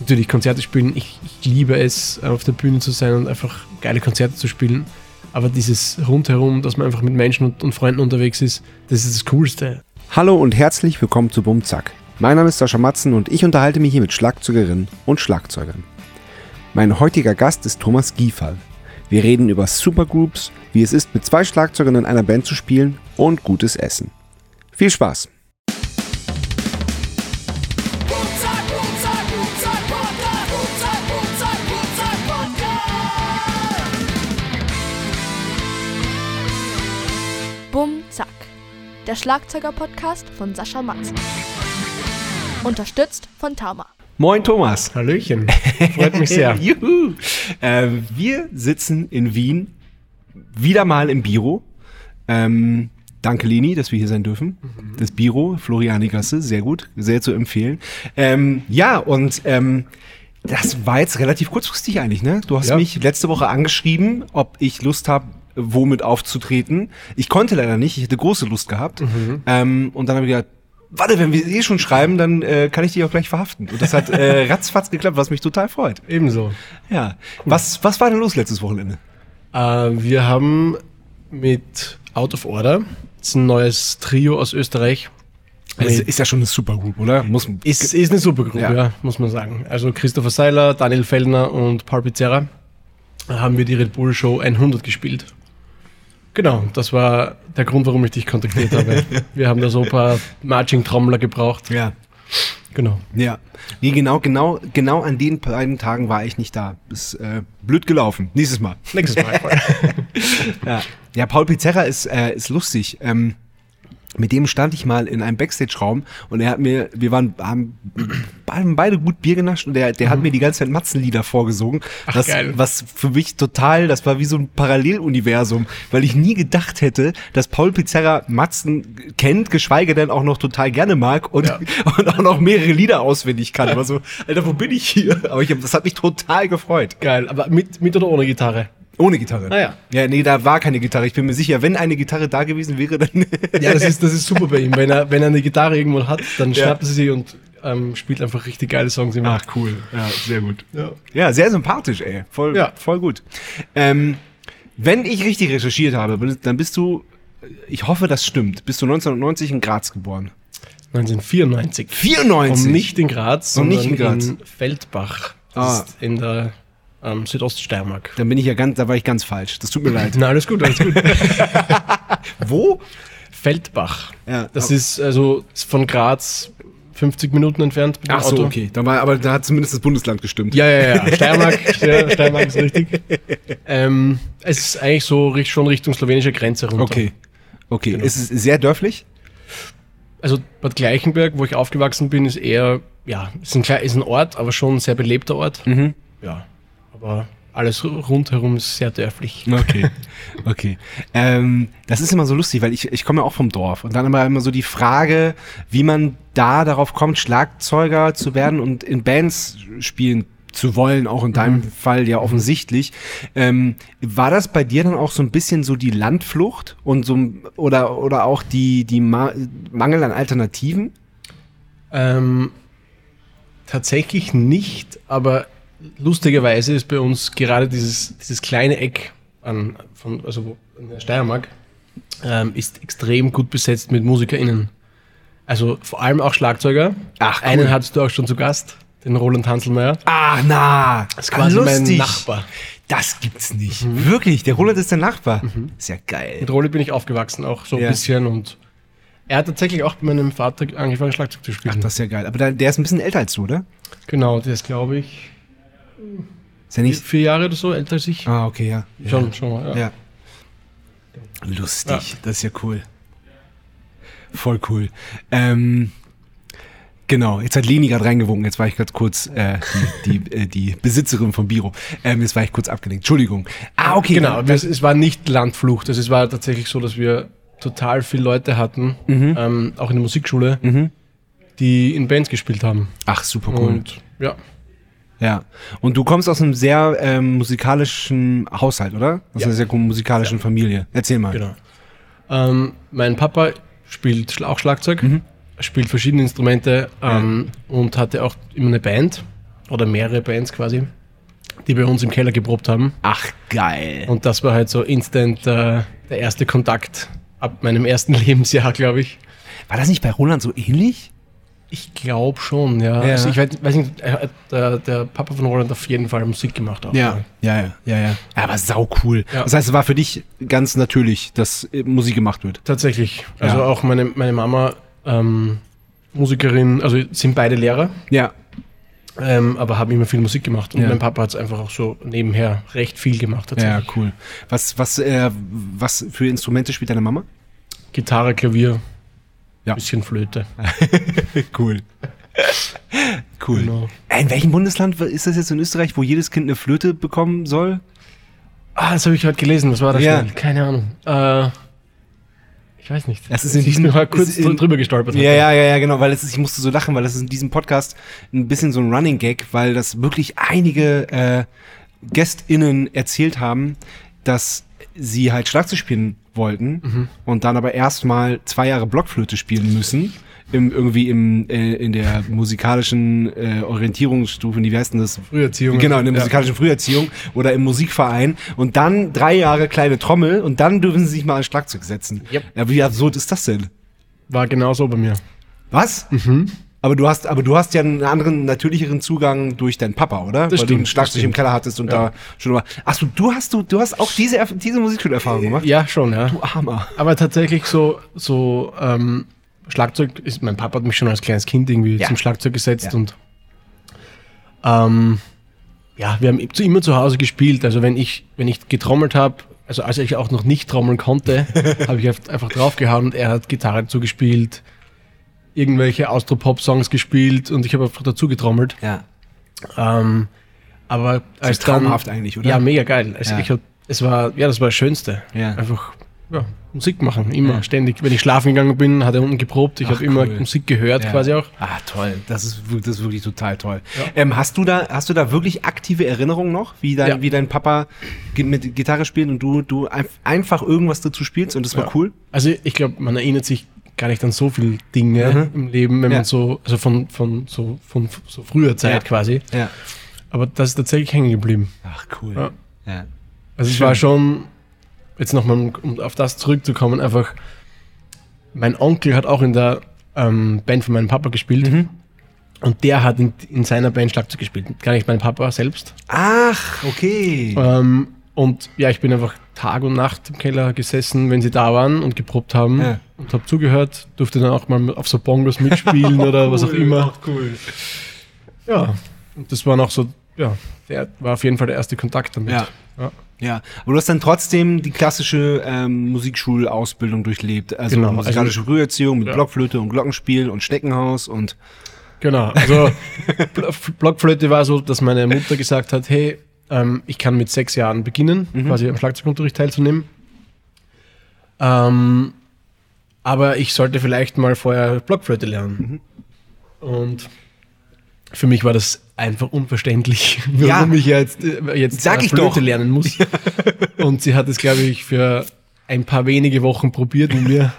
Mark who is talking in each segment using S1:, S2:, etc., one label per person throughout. S1: natürlich Konzerte spielen. Ich, ich liebe es, auf der Bühne zu sein und einfach geile Konzerte zu spielen. Aber dieses Rundherum, dass man einfach mit Menschen und, und Freunden unterwegs ist, das ist das Coolste.
S2: Hallo und herzlich willkommen zu Bumzack. Mein Name ist Sascha Matzen und ich unterhalte mich hier mit Schlagzeugerinnen und Schlagzeugern. Mein heutiger Gast ist Thomas Giefall. Wir reden über Supergroups, wie es ist, mit zwei Schlagzeugern in einer Band zu spielen und gutes Essen. Viel Spaß!
S3: Bum Zack, der Schlagzeuger-Podcast von Sascha Matzen. Unterstützt von Tama.
S2: Moin Thomas!
S1: Hallöchen, freut mich sehr.
S2: Juhu. Äh, wir sitzen in Wien, wieder mal im Biro. Ähm, danke Lini, dass wir hier sein dürfen. Das Biro, Florianigasse, sehr gut, sehr zu empfehlen. Ähm, ja, und ähm, das war jetzt relativ kurzfristig eigentlich, ne? Du hast
S1: Ja.
S2: mich letzte Woche angeschrieben, ob ich Lust habe, womit aufzutreten. Ich konnte leider nicht, ich hätte große Lust gehabt. Ähm, und dann habe ich gedacht, Warte, wenn wir eh schon schreiben, dann äh, kann ich dich auch gleich verhaften. Und das hat äh, ratzfatz geklappt, was mich total freut.
S1: Ebenso.
S2: Ja. Was, was war denn los letztes Wochenende?
S1: Äh, wir haben mit Out of Order, das ist ein neues Trio aus Österreich.
S2: Es ist ja schon eine Supergroup, oder? Muss,
S1: Ist, ist eine super Gruppe,
S2: Ja.
S1: ja. muss man sagen. Also Christopher Seiler, Daniel Fellner und Paul Pizzerra haben wir die Red Bull Show 100 gespielt. Genau, das war der Grund, warum ich dich kontaktiert habe. Wir haben da so ein paar Marching-Trommler gebraucht.
S2: ja.
S1: Genau.
S2: Ja. Nee, genau, genau, genau an den beiden Tagen war ich nicht da. Ist äh, blöd gelaufen. Nächstes Mal.
S1: Nächstes Mal.
S2: Ja, ja Paul Pizzerra ist, äh, ist lustig. Ähm, mit dem stand ich mal in einem Backstage-Raum und er hat mir, wir waren, haben, haben beide gut Bier genascht und der, der hat mir die ganze Zeit Matzenlieder vorgesungen.
S1: Mhm. Ach,
S2: was,
S1: geil.
S2: was für mich total, das war wie so ein Paralleluniversum, weil ich nie gedacht hätte, dass Paul Pizzerra Matzen kennt, geschweige denn auch noch total gerne mag und,
S1: Ja.
S2: und auch noch mehrere Lieder auswendig kann. War so, Alter, wo bin ich hier? Aber ich, hab- das hat mich total gefreut.
S1: Geil, aber mit, mit oder ohne Gitarre?
S2: Ohne Gitarre.
S1: Ah ja.
S2: Ja, nee, da war keine Gitarre. Ich bin mir sicher, wenn eine Gitarre da gewesen wäre, dann.
S1: Ja, das ist, das ist super bei ihm. Wenn er, wenn er eine Gitarre irgendwo hat, dann schnappt er sie und ähm, spielt einfach richtig geile Songs immer.
S2: Ach, cool. Ja, sehr gut.
S1: Ja.
S2: Ja, sehr sympathisch, ey. Voll,
S1: Ja.
S2: voll gut. Ähm, wenn ich richtig recherchiert habe, dann bist du, ich hoffe, das stimmt, bist du 1990 in Graz geboren.
S1: 1994.
S2: 94?
S1: Und nicht in Graz,
S2: Und
S1: sondern
S2: nicht
S1: nicht in,
S2: in
S1: Feldbach. Das
S2: Ah.
S1: ist in der ähm, Südoststeiermark.
S2: Dann bin ich ja ganz, da war ich ganz falsch. Das tut mir leid.
S1: Na, alles gut, alles gut.
S2: Wo?
S1: Feldbach.
S2: Ja,
S1: das
S2: aber-
S1: ist also von Graz 50 Minuten entfernt mit dem
S2: Ach so,
S1: Auto.
S2: okay. Dann war, aber da hat zumindest das Bundesland gestimmt.
S1: Ja, ja, ja. Steiermark, Ste- Steiermark ist richtig. Ähm, es ist eigentlich so ri- schon Richtung slowenische Grenze runter.
S2: Okay. Okay.
S1: Genau.
S2: Ist es sehr dörflich?
S1: Also Bad Gleichenberg, wo ich aufgewachsen bin, ist eher, ja, ist ein, klei- ist ein Ort, aber schon ein sehr belebter Ort.
S2: Mhm.
S1: Ja, aber alles ru- rundherum ist sehr dörflich.
S2: Okay, okay. Ähm, das ist immer so lustig, weil ich, ich komme ja auch vom Dorf und dann immer, immer so die Frage, wie man da darauf kommt, Schlagzeuger zu werden und in Bands spielen zu wollen, auch in deinem
S1: Mhm.
S2: Fall ja offensichtlich. Ähm, war das bei dir dann auch so ein bisschen so die Landflucht und so ein- oder oder auch die die Ma Mangel an Alternativen?
S1: Ähm, tatsächlich nicht, aber lustigerweise ist bei uns gerade dieses, dieses kleine Eck an, von, also wo- in der Steiermark ähm, ist extrem gut besetzt mit MusikerInnen. Also vor allem auch Schlagzeuger.
S2: Ach, cool.
S1: Einen hattest du auch schon zu Gast, den Roland Hanselmeier.
S2: Ah, na,
S1: Das ist quasi mein
S2: lustig.
S1: Nachbar. Mhm.
S2: Das gibt's nicht. Wirklich, der Roland ist der Nachbar. Ist ja geil.
S1: Mit Roli bin ich aufgewachsen, auch so ein
S2: Ja.
S1: bisschen. Und er hat tatsächlich auch bei meinem Vater angefangen, Schlagzeug zu
S2: Ach,
S1: spielen.
S2: das ist ja geil. Aber der, der ist ein bisschen älter als du, oder?
S1: genau, der ist, glaube ich,
S2: Ist ja nicht.
S1: vier Jahre oder so älter als ich.
S2: Ah, okay, ja.
S1: Schon, schon mal. Ja.
S2: Ja. ja. Lustig, das ist ja cool. Voll cool. Ähm, genau, jetzt hat Leni gerade reingewunken. Jetzt war ich gerade kurz äh, die, die, äh, die Besitzerin von Biro. Ähm, jetzt war ich kurz abgelenkt. Entschuldigung. Ah, okay.
S1: Genau,
S2: ja.
S1: es, es war nicht Landflucht. Also es war tatsächlich so, dass wir total viele Leute hatten, ähm, auch in der Musikschule, die in Bands gespielt haben.
S2: Ach, super cool.
S1: Und ja,
S2: ja. Und du kommst aus einem sehr ähm, musikalischen Haushalt, oder? Aus
S1: Ja.
S2: einer sehr musikalischen Familie. Erzähl mal.
S1: genau. Ähm, mein Papa spielt Schla- auch Schlagzeug, spielt verschiedene Instrumente ähm, und hatte auch immer eine Band. oder mehrere Bands quasi, die bei uns im Keller geprobt haben.
S2: Ach, geil.
S1: Und das war halt so instant äh, der erste Kontakt ab meinem ersten Lebensjahr, glaube ich.
S2: War das nicht bei Roland so ähnlich?
S1: Ich glaube schon, ja.
S2: Ja.
S1: Also ich weiß, weiß nicht, er hat, äh, der Papa von Roland auf jeden Fall Musik gemacht auch.
S2: Ja, ja, ja, ja. Aber sau cool.
S1: Ja.
S2: Das heißt, es war für dich ganz natürlich, dass äh, Musik gemacht wird.
S1: Tatsächlich. Also
S2: Ja.
S1: auch meine, meine Mama, ähm, Musikerin, also sind beide Lehrer,
S2: Ja.
S1: ähm, aber haben immer viel Musik gemacht. Und
S2: Ja.
S1: mein Papa hat es einfach auch so nebenher recht viel gemacht.
S2: Ja,
S1: Tatsächlich.
S2: cool. Was, was, äh, was für Instrumente spielt deine Mama?
S1: Gitarre, Klavier,
S2: Ja.
S1: bisschen Flöte.
S2: Cool. cool.
S1: Genau.
S2: Äh, In welchem Bundesland ist das jetzt in Österreich, wo jedes Kind eine Flöte bekommen soll?
S1: Ah, das habe ich heute gelesen. Was war das
S2: Ja.
S1: denn? Keine Ahnung. Äh, ich weiß nicht.
S2: Das ist in
S1: Ich bin
S2: diesem-
S1: nur kurz
S2: ist in-
S1: dr- drüber gestolpert.
S2: Ja, ja, ja, ja, genau, weil es ist, ich musste so lachen, weil das ist in diesem Podcast ein bisschen so ein Running Gag, weil das wirklich einige äh, GästInnen erzählt haben, dass sie halt Schlagzeug spielen wollten
S1: Mhm.
S2: und dann aber erstmal zwei Jahre Blockflöte spielen müssen. Im, irgendwie im, äh, in der musikalischen äh, Orientierungsstufe, wie heißt denn das?
S1: Früherziehung.
S2: Genau, in der
S1: Ja.
S2: musikalischen Früherziehung oder im Musikverein und dann drei Jahre kleine Trommel und dann dürfen sie sich mal an Schlagzeug setzen.
S1: Yep.
S2: Ja, wie absurd ist das denn?
S1: War genau so bei mir.
S2: Was?
S1: Mhm.
S2: Aber du hast, aber du hast ja einen anderen, natürlicheren Zugang durch deinen Papa, oder? Weil du
S1: stimmt,
S2: einen
S1: das
S2: Schlagzeug im
S1: stimmt.
S2: Keller hattest und
S1: Ja.
S2: da schon mal. Achso, du hast du, du hast auch diese, Erf- diese Musikschulerfahrung gemacht?
S1: Ja, schon, ja.
S2: Du Armer.
S1: Aber tatsächlich so, so ähm, Schlagzeug ist, mein Papa hat mich schon als kleines Kind irgendwie
S2: Ja.
S1: zum Schlagzeug gesetzt
S2: Ja.
S1: und ähm, ja, wir haben zu- immer zu Hause gespielt. Also wenn ich, wenn ich getrommelt habe, also als ich auch noch nicht trommeln konnte, habe ich oft einfach draufgehauen und er hat Gitarre zugespielt, irgendwelche Austropop-Songs gespielt und ich habe einfach dazu getrommelt.
S2: Ja.
S1: Ähm, aber als
S2: ist
S1: dann,
S2: traumhaft eigentlich, oder?
S1: Ja, mega geil. Also
S2: Ja.
S1: ich hab, es war, ja, das war das Schönste.
S2: Ja.
S1: Einfach ja, Musik machen, immer, ständig. Wenn ich schlafen gegangen bin, hat er unten geprobt. Ich
S2: Ach,
S1: habe immer
S2: cool.
S1: Musik gehört, quasi auch.
S2: Ah, toll. Das ist, wir- das ist wirklich total toll. Ähm, hast du da, hast du da wirklich aktive Erinnerungen noch, wie dein,
S1: Ja.
S2: wie dein Papa ge- mit Gitarre spielt und du, du einf- einfach irgendwas dazu spielst und das war
S1: Ja.
S2: cool?
S1: Also ich glaube, man erinnert sich gar nicht an so viele Dinge im Leben, wenn
S2: Mhm. Ja.
S1: man so, also von, von, so, von so früher Zeit
S2: Ja.
S1: quasi.
S2: Ja.
S1: Aber das ist tatsächlich hängen geblieben.
S2: Ach, cool.
S1: Ja.
S2: ja.
S1: Also es
S2: Schön.
S1: war schon, jetzt nochmal, um- um auf das zurückzukommen, einfach, mein Onkel hat auch in der ähm, Band von meinem Papa gespielt.
S2: Mhm.
S1: Und der hat in, in seiner Band Schlagzeug gespielt. Gar nicht mein Papa selbst.
S2: Ach, okay.
S1: Ähm, und ja, ich bin einfach Tag und Nacht im Keller gesessen, wenn sie da waren und geprobt haben
S2: Ja.
S1: und habe zugehört. Durfte dann auch mal auf so Bongos mitspielen oder was auch immer.
S2: cool.
S1: Ja, und das war noch so, ja, der war auf jeden Fall der erste Kontakt damit.
S2: Ja.
S1: Ja.
S2: Ja, aber du hast dann trotzdem die klassische ähm, Musikschulausbildung durchlebt. Also
S1: Genau,
S2: musikalische Früherziehung mit
S1: ja.
S2: Blockflöte und Glockenspiel und Schneckenhaus und
S1: Genau, also Bl- F- Blockflöte war so, dass meine Mutter gesagt hat, hey, ähm, ich kann mit sechs Jahren beginnen, quasi am Schlagzeugunterricht teilzunehmen. Ähm, aber ich sollte vielleicht mal vorher Blockflöte lernen. Und für mich war das einfach unverständlich,
S2: Ja.
S1: warum ich jetzt, äh, jetzt
S2: Sag
S1: äh,
S2: ich
S1: Flöte
S2: doch.
S1: lernen muss. Und sie hat es, glaube ich, für ein paar wenige Wochen probiert mit mir.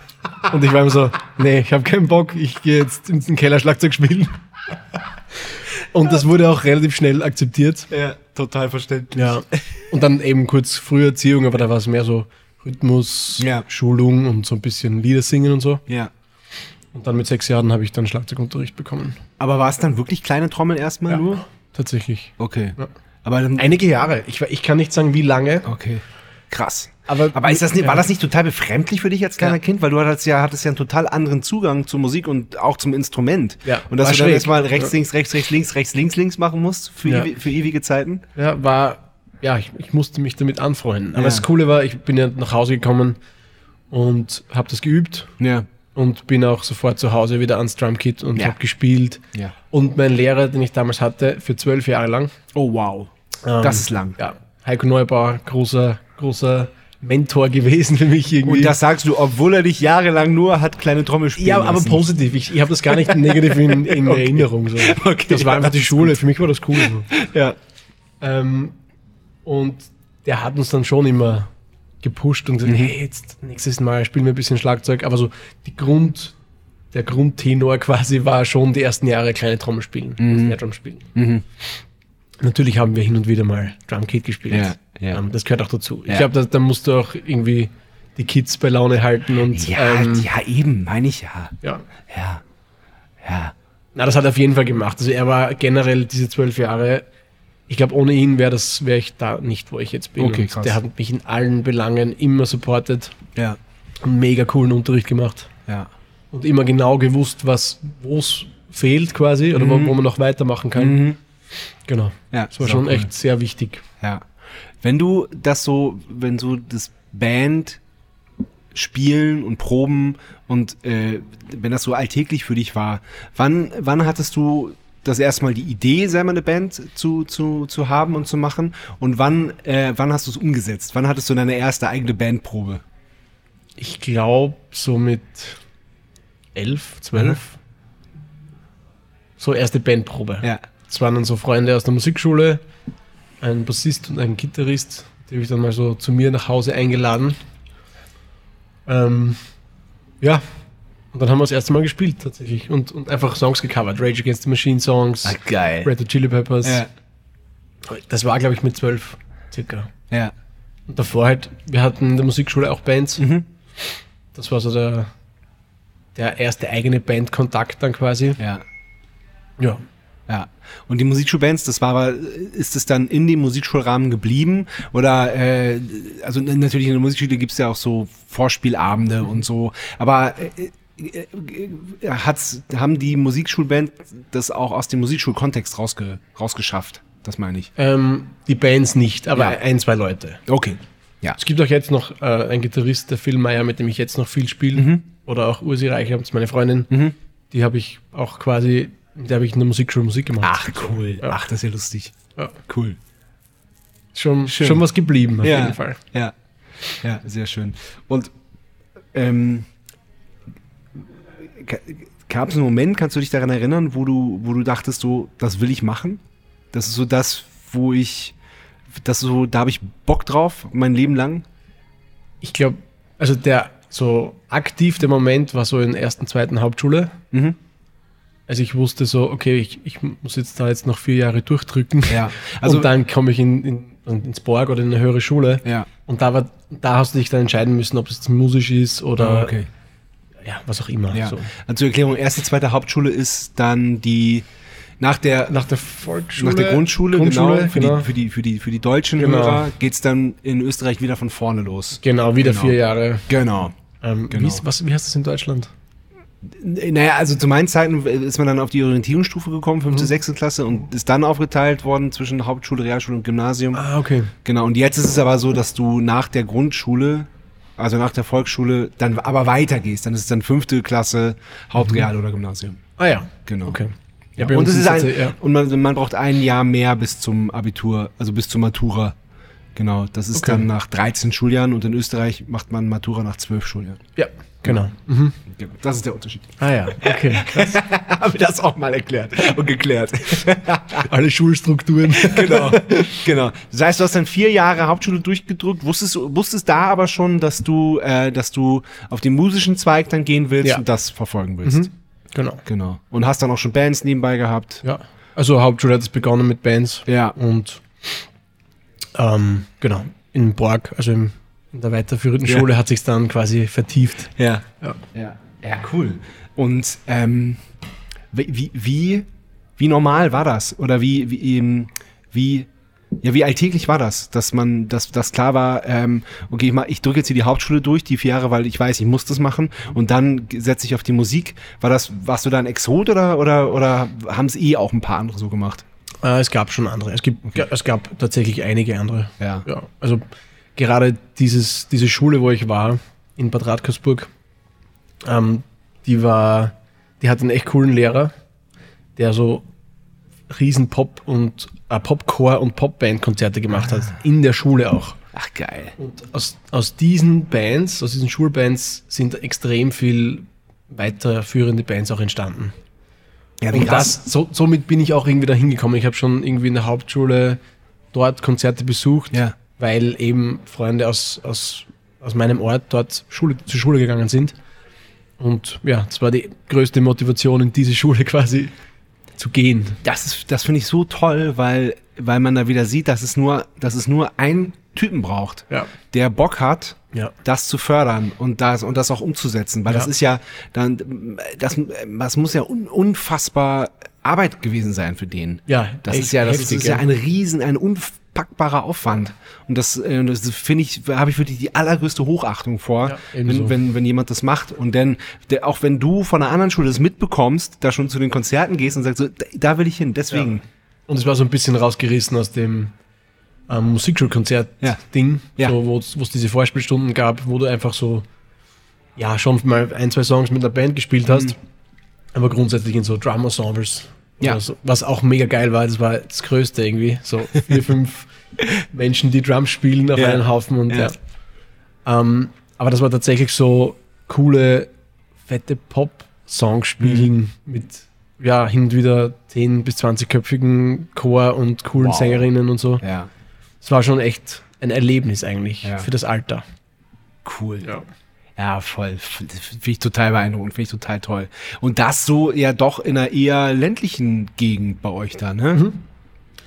S1: Und ich war immer so, nee, ich habe keinen Bock, ich gehe jetzt in den Keller Schlagzeug spielen. Und das wurde auch relativ schnell akzeptiert.
S2: ja, total verständlich.
S1: Ja. Und dann eben kurz Früherziehung, aber da war es mehr so Rhythmus,
S2: Ja.
S1: Schulung und so ein bisschen Lieder singen und so.
S2: Ja.
S1: Und dann mit sechs Jahren habe ich dann Schlagzeugunterricht bekommen.
S2: Aber war es dann wirklich kleine Trommel erstmal nur?
S1: Tatsächlich.
S2: Okay.
S1: Ja.
S2: Aber dann,
S1: Einige Jahre. Ich, we- ich kann nicht sagen, wie lange.
S2: okay. Krass.
S1: Aber,
S2: Aber ist das nicht, war
S1: Ja.
S2: das nicht total befremdlich für dich als kleiner
S1: Ja.
S2: Kind? Weil du hattest ja, hattest ja einen total anderen Zugang zur Musik und auch zum Instrument.
S1: Ja,
S2: Und dass
S1: war
S2: du dann
S1: schräg.
S2: erstmal rechts,
S1: Ja.
S2: links, rechts, rechts, links, rechts, links, links machen musst für,
S1: Ja.
S2: ewi- für ewige Zeiten.
S1: Ja, war, ja, ich, ich musste mich damit anfreunden. Aber
S2: Ja.
S1: das Coole war, ich bin ja nach Hause gekommen und habe das geübt
S2: Ja.
S1: und bin auch sofort zu Hause wieder ans Drumkit und
S2: Ja.
S1: habe gespielt.
S2: Ja.
S1: Und mein Lehrer, den ich damals hatte, für zwölf Jahre lang,
S2: Oh, wow.
S1: ähm,
S2: Das ist lang.
S1: ja, Heiko Neubauer, großer, großer Mentor gewesen für mich irgendwie.
S2: Und das sagst du, obwohl er dich jahrelang nur hat kleine Trommel spielen
S1: ja, aber
S2: lassen.
S1: positiv. Ich, ich habe das gar nicht negativ in, in Erinnerung. So.
S2: Okay,
S1: das war
S2: ja,
S1: einfach die
S2: das ist
S1: Schule. Für mich war das cool. So.
S2: Ja.
S1: Ähm, und der hat uns dann schon immer
S2: Mhm.
S1: gepusht und gesagt, hey, jetzt nächstes Mal spielen wir ein bisschen Schlagzeug. Aber so die Grund, der Grundtenor quasi war schon die ersten Jahre kleine Trommel spielen, mhm. Drum spielen.
S2: Mhm.
S1: Natürlich haben wir hin und wieder mal Drumkit gespielt.
S2: Ja, ja.
S1: Ähm, das gehört auch dazu.
S2: Ja.
S1: Ich glaube, da, da musst du auch irgendwie die Kids bei Laune halten und
S2: Ja,
S1: ähm,
S2: ja, eben, meine ich ja.
S1: ja.
S2: Ja. Ja.
S1: Na, das hat er auf jeden Fall gemacht. Also er war generell diese zwölf Jahre. Ich glaube, ohne ihn wäre das, wäre ich da nicht, wo ich jetzt bin.
S2: Okay,
S1: Und
S2: krass.
S1: Der hat mich in allen Belangen immer supportet,
S2: Ja.
S1: einen mega coolen Unterricht gemacht
S2: Ja.
S1: und immer genau gewusst, was wo es fehlt quasi oder
S2: Mhm.
S1: wo, wo man noch weitermachen kann. Genau.
S2: Ja,
S1: Das war
S2: ist
S1: schon
S2: auch Mhm. cool.
S1: echt sehr wichtig.
S2: Ja. Wenn du das so, wenn du das Band spielen und proben und äh, wenn das so alltäglich für dich war, wann, wann hattest du das erste Mal die Idee, selber eine Band zu, zu, zu haben und zu machen? Und wann, äh, wann hast du es umgesetzt? Wann hattest du deine erste eigene Bandprobe?
S1: Ich glaube, so mit elf, zwölf. So erste Bandprobe.
S2: Ja.
S1: Es waren dann so Freunde aus der Musikschule, ein Bassist und ein Gitarrist, die habe ich dann mal so zu mir nach Hause eingeladen. Ähm, ja, und dann haben wir das erste Mal gespielt tatsächlich und, und einfach Songs gecovert. Rage Against the Machine Songs,
S2: Ah, geil.
S1: Red Hot Chili Peppers.
S2: Ja.
S1: Das war, glaube ich, mit zwölf circa.
S2: Ja.
S1: Und davor halt, wir hatten in der Musikschule auch Bands.
S2: Mhm.
S1: Das war so der, der erste eigene Bandkontakt dann quasi.
S2: Ja.
S1: Ja,
S2: Ja. Und die Musikschulbands, das war aber, ist es dann in dem Musikschulrahmen geblieben? Oder, äh, also n- natürlich in der Musikschule gibt's ja auch so Vorspielabende und so, aber äh, äh, äh, hat's, haben die Musikschulband das auch aus dem Musikschulkontext rausge, rausgeschafft? Das meine ich.
S1: ähm, die Bands nicht, aber
S2: Ja.
S1: ein, zwei Leute.
S2: Okay. Ja.
S1: Es gibt auch jetzt noch äh, einen Gitarrist, der Phil Meyer, mit dem ich jetzt noch viel spiele.
S2: Mhm.
S1: Oder auch Ursi Reichert, meine Freundin. Die habe ich auch quasi, mit der habe ich in der Musikschule Musik gemacht.
S2: Ach, cool.
S1: Ja.
S2: Ach, das ist ja lustig.
S1: Ja.
S2: Cool.
S1: Schon,
S2: schön.
S1: schon was geblieben, auf
S2: ja.
S1: jeden Fall.
S2: Ja, ja, sehr schön. Und ähm, gab es einen Moment, kannst du dich daran erinnern, wo du, wo du dachtest, so, das will ich machen? Das ist so das, wo ich, das ist so, da habe ich Bock drauf, mein Leben lang.
S1: Ich glaube, also der so aktiv der Moment war so in der ersten, zweiten Hauptschule.
S2: Mhm.
S1: Also ich wusste so, okay, ich, ich muss jetzt da jetzt noch vier Jahre durchdrücken.
S2: Ja, also-
S1: und dann komme ich in, in, ins Borg oder in eine höhere Schule.
S2: Ja.
S1: Und da, war, da hast du dich dann entscheiden müssen, ob es jetzt musisch ist oder
S2: Ah, okay.
S1: ja, was auch immer.
S2: Ja.
S1: Äh, So.
S2: Also zur Erklärung, erste, zweite Hauptschule ist dann die nach der
S1: Nach der Volksschule.
S2: nach der Grundschule,
S1: Grundschule,
S2: genau, für,
S1: genau.
S2: Die, für, die, für, die, für die deutschen
S1: Genau.
S2: Hörer geht es dann in Österreich wieder von vorne los.
S1: Genau, wieder
S2: Genau.
S1: vier Jahre.
S2: Genau.
S1: Ähm,
S2: Genau.
S1: wie, ist, was, wie heißt das in Deutschland?
S2: Naja, also zu meinen Zeiten ist man dann auf die Orientierungsstufe gekommen,
S1: Mhm.
S2: fünfte, sechste Klasse, und ist dann aufgeteilt worden zwischen Hauptschule, Realschule und Gymnasium.
S1: Ah, okay.
S2: Genau, und jetzt ist es aber so, dass du nach der Grundschule, also nach der Volksschule, dann aber weitergehst. Dann ist es dann fünfte Klasse, Hauptreal oder Gymnasium.
S1: Ah ja.
S2: Genau.
S1: Okay.
S2: Ja,
S1: bei
S2: und
S1: uns
S2: es ist ein,
S1: tatsächlich- ja.
S2: und man, man braucht ein Jahr mehr bis zum Abitur, also bis zur Matura. Genau, das ist
S1: Okay.
S2: dann nach 13 Schuljahren und in Österreich macht man Matura nach 12 Schuljahren.
S1: ja, genau.
S2: Das ist der Unterschied.
S1: Ah ja, okay. Krass.
S2: Haben wir das auch mal erklärt und geklärt.
S1: Alle Schulstrukturen.
S2: genau, genau. Das heißt, du hast dann vier Jahre Hauptschule durchgedrückt, wusstest, wusstest da aber schon, dass du, äh, dass du auf den musischen Zweig dann gehen willst
S1: Ja.
S2: und das verfolgen willst.
S1: genau.
S2: Genau. Und hast dann auch schon Bands nebenbei gehabt.
S1: Ja. Also Hauptschule hat es begonnen mit Bands.
S2: Ja.
S1: Und ähm, genau, in Borg, also im, in der weiterführenden
S2: Ja.
S1: Schule, hat sich dann quasi vertieft.
S2: Ja.
S1: Ja.
S2: Ja, ja cool. Und ähm, wie, wie- wie, wie normal war das? Oder wie, wie, ähm, wie, ja, wie alltäglich war das, dass man, dass das klar war, ähm, okay, ich, mach- ich drücke jetzt hier die Hauptschule durch, die vier Jahre, weil ich weiß, ich muss das machen und dann g- setze ich auf die Musik. War das, warst du da ein Exot oder, oder, oder haben es eh auch ein paar andere so gemacht?
S1: Äh, es gab schon andere. Es, gibt, es gab tatsächlich einige andere.
S2: Ja.
S1: Ja, also gerade dieses, diese Schule, wo ich war, in Bad Radkersburg, ähm, die war, die hatte einen echt coolen Lehrer, der so riesen Pop und äh, Popchor und Popband-Konzerte gemacht hat, in der Schule auch.
S2: Ach, geil.
S1: Und aus, aus diesen Bands, aus diesen Schulbands sind extrem viel weiterführende Bands auch entstanden.
S2: Ja, wie
S1: Und
S2: krass.
S1: das, so, somit bin ich auch irgendwie da hingekommen. Ich habe schon irgendwie in der Hauptschule dort Konzerte besucht,
S2: Ja.
S1: weil eben Freunde aus, aus, aus meinem Ort dort Schule, zur Schule gegangen sind. Und ja, das war die größte Motivation, in diese Schule quasi zu gehen.
S2: Das ist, das finde ich so toll, weil, weil man da wieder sieht, dass es nur, dass es nur einen Typen braucht,
S1: Ja.
S2: der Bock hat,
S1: Ja.
S2: das zu fördern und das, und das auch umzusetzen. Weil das
S1: Ja.
S2: ist ja dann, das, das muss ja un, unfassbar Arbeit gewesen sein für den.
S1: Ja,
S2: Das
S1: echt
S2: ist ja, das
S1: heftig,
S2: ist ja
S1: ja.
S2: ein riesen, ein unpackbarer Aufwand. Und das, äh, das finde ich, habe ich wirklich die allergrößte Hochachtung vor,
S1: Ja,
S2: wenn,
S1: ebenso.
S2: wenn, wenn jemand das macht. Und dann, der, auch wenn du von einer anderen Schule das mitbekommst, da schon zu den Konzerten gehst und sagst, so, da- da will ich hin, deswegen.
S1: Und es war so ein bisschen rausgerissen aus dem ähm,
S2: Ja.
S1: Musikschulkonzert-Ding,
S2: Ja.
S1: so, wo es diese Vorspielstunden gab, wo du einfach so, ja, schon mal ein, zwei Songs mit einer Band gespielt hast, aber grundsätzlich in so Drum-Ensembles. oder
S2: Mhm. Ja.
S1: So, was auch mega geil war, das war das Größte irgendwie. So vier, fünf Menschen, die Drums spielen auf
S2: Ja.
S1: einen Haufen und
S2: Ja.
S1: ja. Ähm, aber das war tatsächlich so coole, fette Pop-Songs spielen
S2: Mhm.
S1: mit ja, hin und wieder 10- bis 20-köpfigen Chor und coolen
S2: Wow.
S1: Sängerinnen und so.
S2: Ja,
S1: Es war schon echt ein Erlebnis eigentlich
S2: Ja.
S1: für das Alter.
S2: cool. Ja, voll. F- Finde ich total beeindruckend, finde ich total toll. Und das so ja doch in einer eher ländlichen Gegend bei euch da, ne?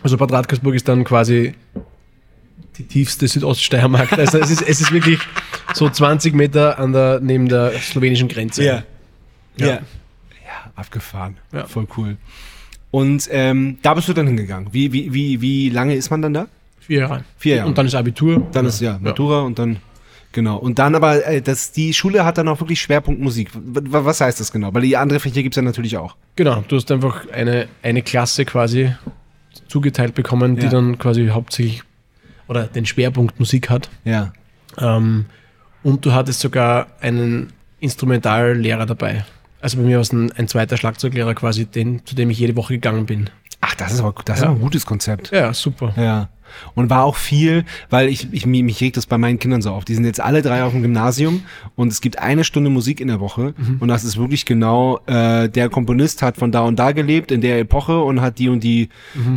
S1: Also Bad Radkersburg ist dann quasi die tiefste Südoststeiermark. Also es, ist, es ist wirklich so 20 Meter an der, neben der slowenischen Grenze.
S2: Ja.
S1: Ja.
S2: ja. abgefahren.
S1: Ja.
S2: Voll cool. Und ähm, da bist du dann hingegangen. Wie, wie, wie, wie lange ist man dann da?
S1: Vier Jahre.
S2: Vier Jahre.
S1: Und dann ist Abitur.
S2: Dann ist ja Matura und dann. Genau. Und dann aber, äh, das, die Schule hat dann auch wirklich Schwerpunkt Musik. W- w- Was heißt das genau? Weil die andere Fächer gibt's ja natürlich auch.
S1: Genau, du hast einfach eine, eine Klasse quasi zugeteilt bekommen, die
S2: Ja.
S1: dann quasi hauptsächlich oder den Schwerpunkt Musik hat.
S2: Ja.
S1: Ähm, und du hattest sogar einen Instrumentallehrer dabei. Also bei mir war es ein, ein zweiter Schlagzeuglehrer quasi, den, zu dem ich jede Woche gegangen bin.
S2: Ach, das ist aber, das ist
S1: Ja.
S2: aber ein gutes Konzept.
S1: Ja, super.
S2: Ja. Und war auch viel, weil ich, ich mi- mich regt das bei meinen Kindern so auf. Die sind jetzt alle drei auf dem Gymnasium und es gibt eine Stunde Musik in der Woche und das ist wirklich genau, äh, der Komponist hat von da und da gelebt in der Epoche und hat die und die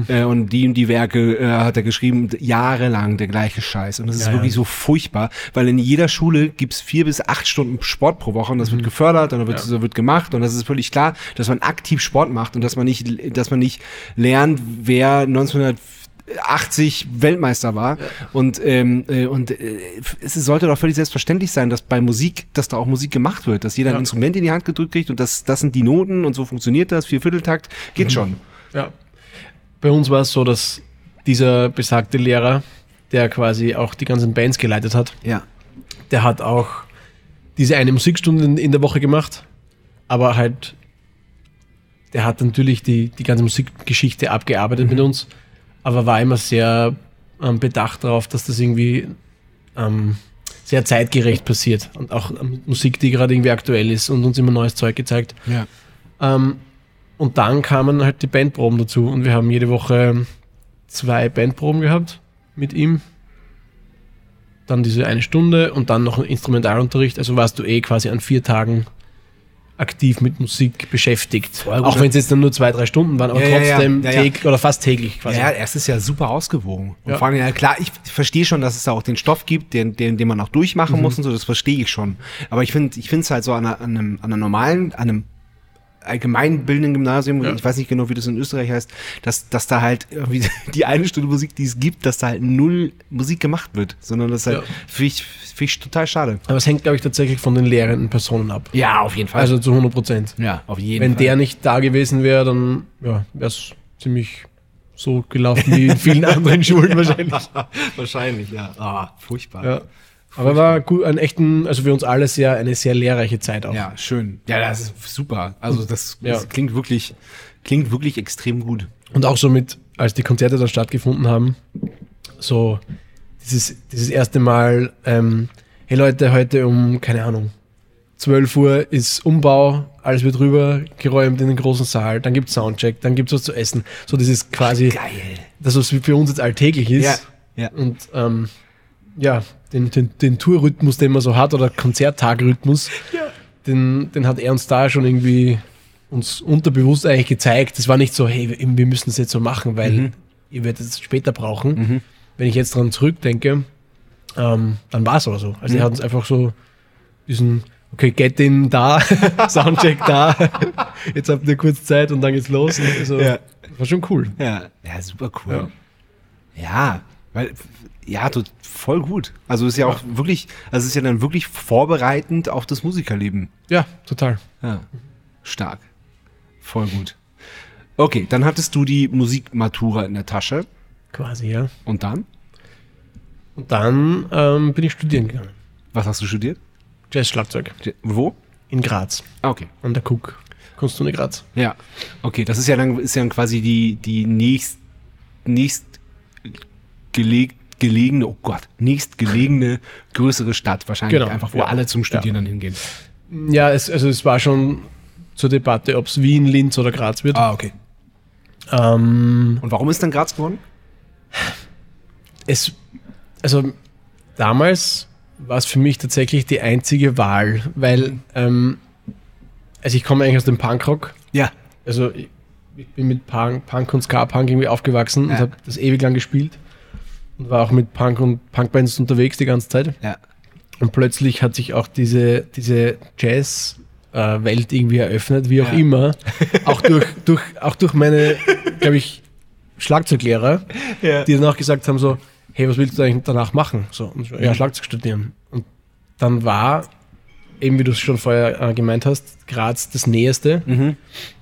S2: äh, und die und die Werke äh, hat er geschrieben, d- jahrelang der gleiche Scheiß. Und das ist
S1: Ja, ja.
S2: wirklich so furchtbar, weil in jeder Schule gibt's vier bis acht Stunden Sport pro Woche und
S1: Mhm.
S2: das wird gefördert und dann wird, so wird gemacht und das ist völlig klar, dass man aktiv Sport macht und dass man nicht, dass man nicht lernt, wer 1980 Weltmeister war und ähm, äh, und äh, es sollte doch völlig selbstverständlich sein, dass bei Musik, dass da auch Musik gemacht wird, dass jeder ein
S1: Ja.
S2: Instrument in die Hand gedrückt kriegt und das das sind die Noten und so funktioniert das Viervierteltakt geht
S1: Mhm.
S2: schon.
S1: Ja. Bei uns war es so, dass dieser besagte Lehrer, der quasi auch die ganzen Bands geleitet hat,
S2: Ja.
S1: der hat auch diese eine Musikstunde in- in der Woche gemacht, aber halt, der hat natürlich die, die ganze Musikgeschichte abgearbeitet mit uns, aber war immer sehr ähm, bedacht darauf, dass das irgendwie ähm, sehr zeitgerecht passiert und auch ähm, Musik, die gerade irgendwie aktuell ist und uns immer neues Zeug gezeigt.
S2: Ja.
S1: Ähm, und dann kamen halt die Bandproben dazu und wir haben jede Woche ähm, zwei Bandproben gehabt mit ihm. Dann diese eine Stunde und dann noch ein Instrumentalunterricht. Also warst du eh quasi an vier Tagen aktiv mit Musik beschäftigt.
S2: gut.
S1: Auch wenn es jetzt dann nur zwei, drei Stunden waren, aber
S2: Ja, ja, ja.
S1: trotzdem
S2: Ja, ja.
S1: täglich oder fast täglich quasi.
S2: Ja, es ist ja super ausgewogen. Und
S1: Ja.
S2: vor allem, ja klar, ich verstehe schon, dass es da auch den Stoff gibt, den, den, den man auch durchmachen
S1: Mhm.
S2: muss und so, das verstehe ich schon. Aber ich finde, ich finde es halt so an, einer, an, einem, an einer normalen, an einem allgemeinbildenden Gymnasium,
S1: Ja.
S2: ich weiß nicht genau, wie das in Österreich heißt, dass, dass da halt irgendwie die eine Stunde Musik, die es gibt, dass da halt null Musik gemacht wird, sondern das ist halt,
S1: Ja.
S2: finde ich, finde ich total schade.
S1: Aber es hängt, glaube ich, tatsächlich von den lehrenden Personen ab.
S2: Ja, auf jeden Fall. Also,
S1: Also zu 100 Prozent.
S2: ja, auf jeden
S1: Wenn
S2: Fall.
S1: der nicht da gewesen wäre, dann ja, wäre es ziemlich so gelaufen wie in vielen anderen Schulen wahrscheinlich.
S2: Wahrscheinlich, ja. Ah, furchtbar.
S1: Ja. Aber war gut, ein echten, also für uns alle sehr, eine sehr lehrreiche Zeit auch.
S2: Ja, schön. Ja, das ist super. Also das,
S1: Ja.
S2: das klingt wirklich, klingt wirklich extrem gut.
S1: Und auch so mit, als die Konzerte dann stattgefunden haben, so dieses, dieses erste Mal, ähm, hey Leute, heute um, keine Ahnung, 12 Uhr ist Umbau, alles wird rüber geräumt in den großen Saal, dann gibt's Soundcheck, dann gibt's was zu essen. So dieses quasi,
S2: Geil.
S1: das was für uns jetzt alltäglich ist.
S2: Ja, ja.
S1: Und ähm, ja, den, den, den Tourrhythmus, den man so hat, oder Konzerttagrhythmus, den, den hat er uns da schon irgendwie uns unterbewusst eigentlich gezeigt. Es war nicht so, hey, wir- wir müssen es jetzt so machen, weil ihr werdet es später brauchen. Wenn ich Mhm. jetzt dran zurückdenke, ähm, dann war es aber so. Also er hat uns einfach so diesen okay, get in da, Soundcheck da, jetzt habt ihr kurz Zeit und dann geht's los. Also,
S2: Ja.
S1: War schon cool.
S2: Ja, ja super cool. Ja, weil, ja, tut voll gut. Also ist ja auch wirklich, also ist ja dann wirklich vorbereitend auf das Musikerleben.
S1: Ja, total.
S2: Ja, stark. Voll gut. Okay, dann hattest du die Musikmatura in der Tasche
S1: Quasi, ja.
S2: und dann?
S1: Und dann ähm, bin ich studieren gegangen.
S2: Was hast du studiert?
S1: Jazz-Schlagzeug
S2: Wo?
S1: in Graz,
S2: Ah, okay.
S1: an der Cook. Kunstuni Graz.
S2: Ja, okay, das ist ja dann, ist ja dann quasi die, die nächst, nächst geleg, gelegene, oh Gott, nächstgelegene größere Stadt wahrscheinlich.
S1: Genau,
S2: Einfach, wo
S1: ja.
S2: alle zum Studieren dann hingehen.
S1: Ja, es, also es war schon zur Debatte, ob es Wien, Linz oder Graz wird.
S2: Ah, okay.
S1: Ähm,
S2: Und warum ist dann Graz geworden?
S1: es, also damals war es für mich tatsächlich die einzige Wahl, weil ähm, also ich komme eigentlich aus dem Punkrock.
S2: Ja.
S1: Also ich, ich bin mit Punk, Punk und Ska-Punk irgendwie aufgewachsen und
S2: Ja.
S1: habe das ewig lang gespielt und war auch mit Punk und Punkbands unterwegs die ganze Zeit.
S2: Ja.
S1: Und plötzlich hat sich auch diese, diese Jazz-Welt irgendwie eröffnet, wie auch
S2: Ja.
S1: immer. Auch durch, durch, auch durch meine, glaube ich, Schlagzeuglehrer,
S2: Ja.
S1: die dann auch gesagt haben: so, hey, was willst du eigentlich danach machen? So, und ich so,
S2: Mhm.
S1: ja, Schlagzeug studieren. Und dann war, eben wie du es schon vorher äh, gemeint hast, Graz das Näheste.
S2: Mhm.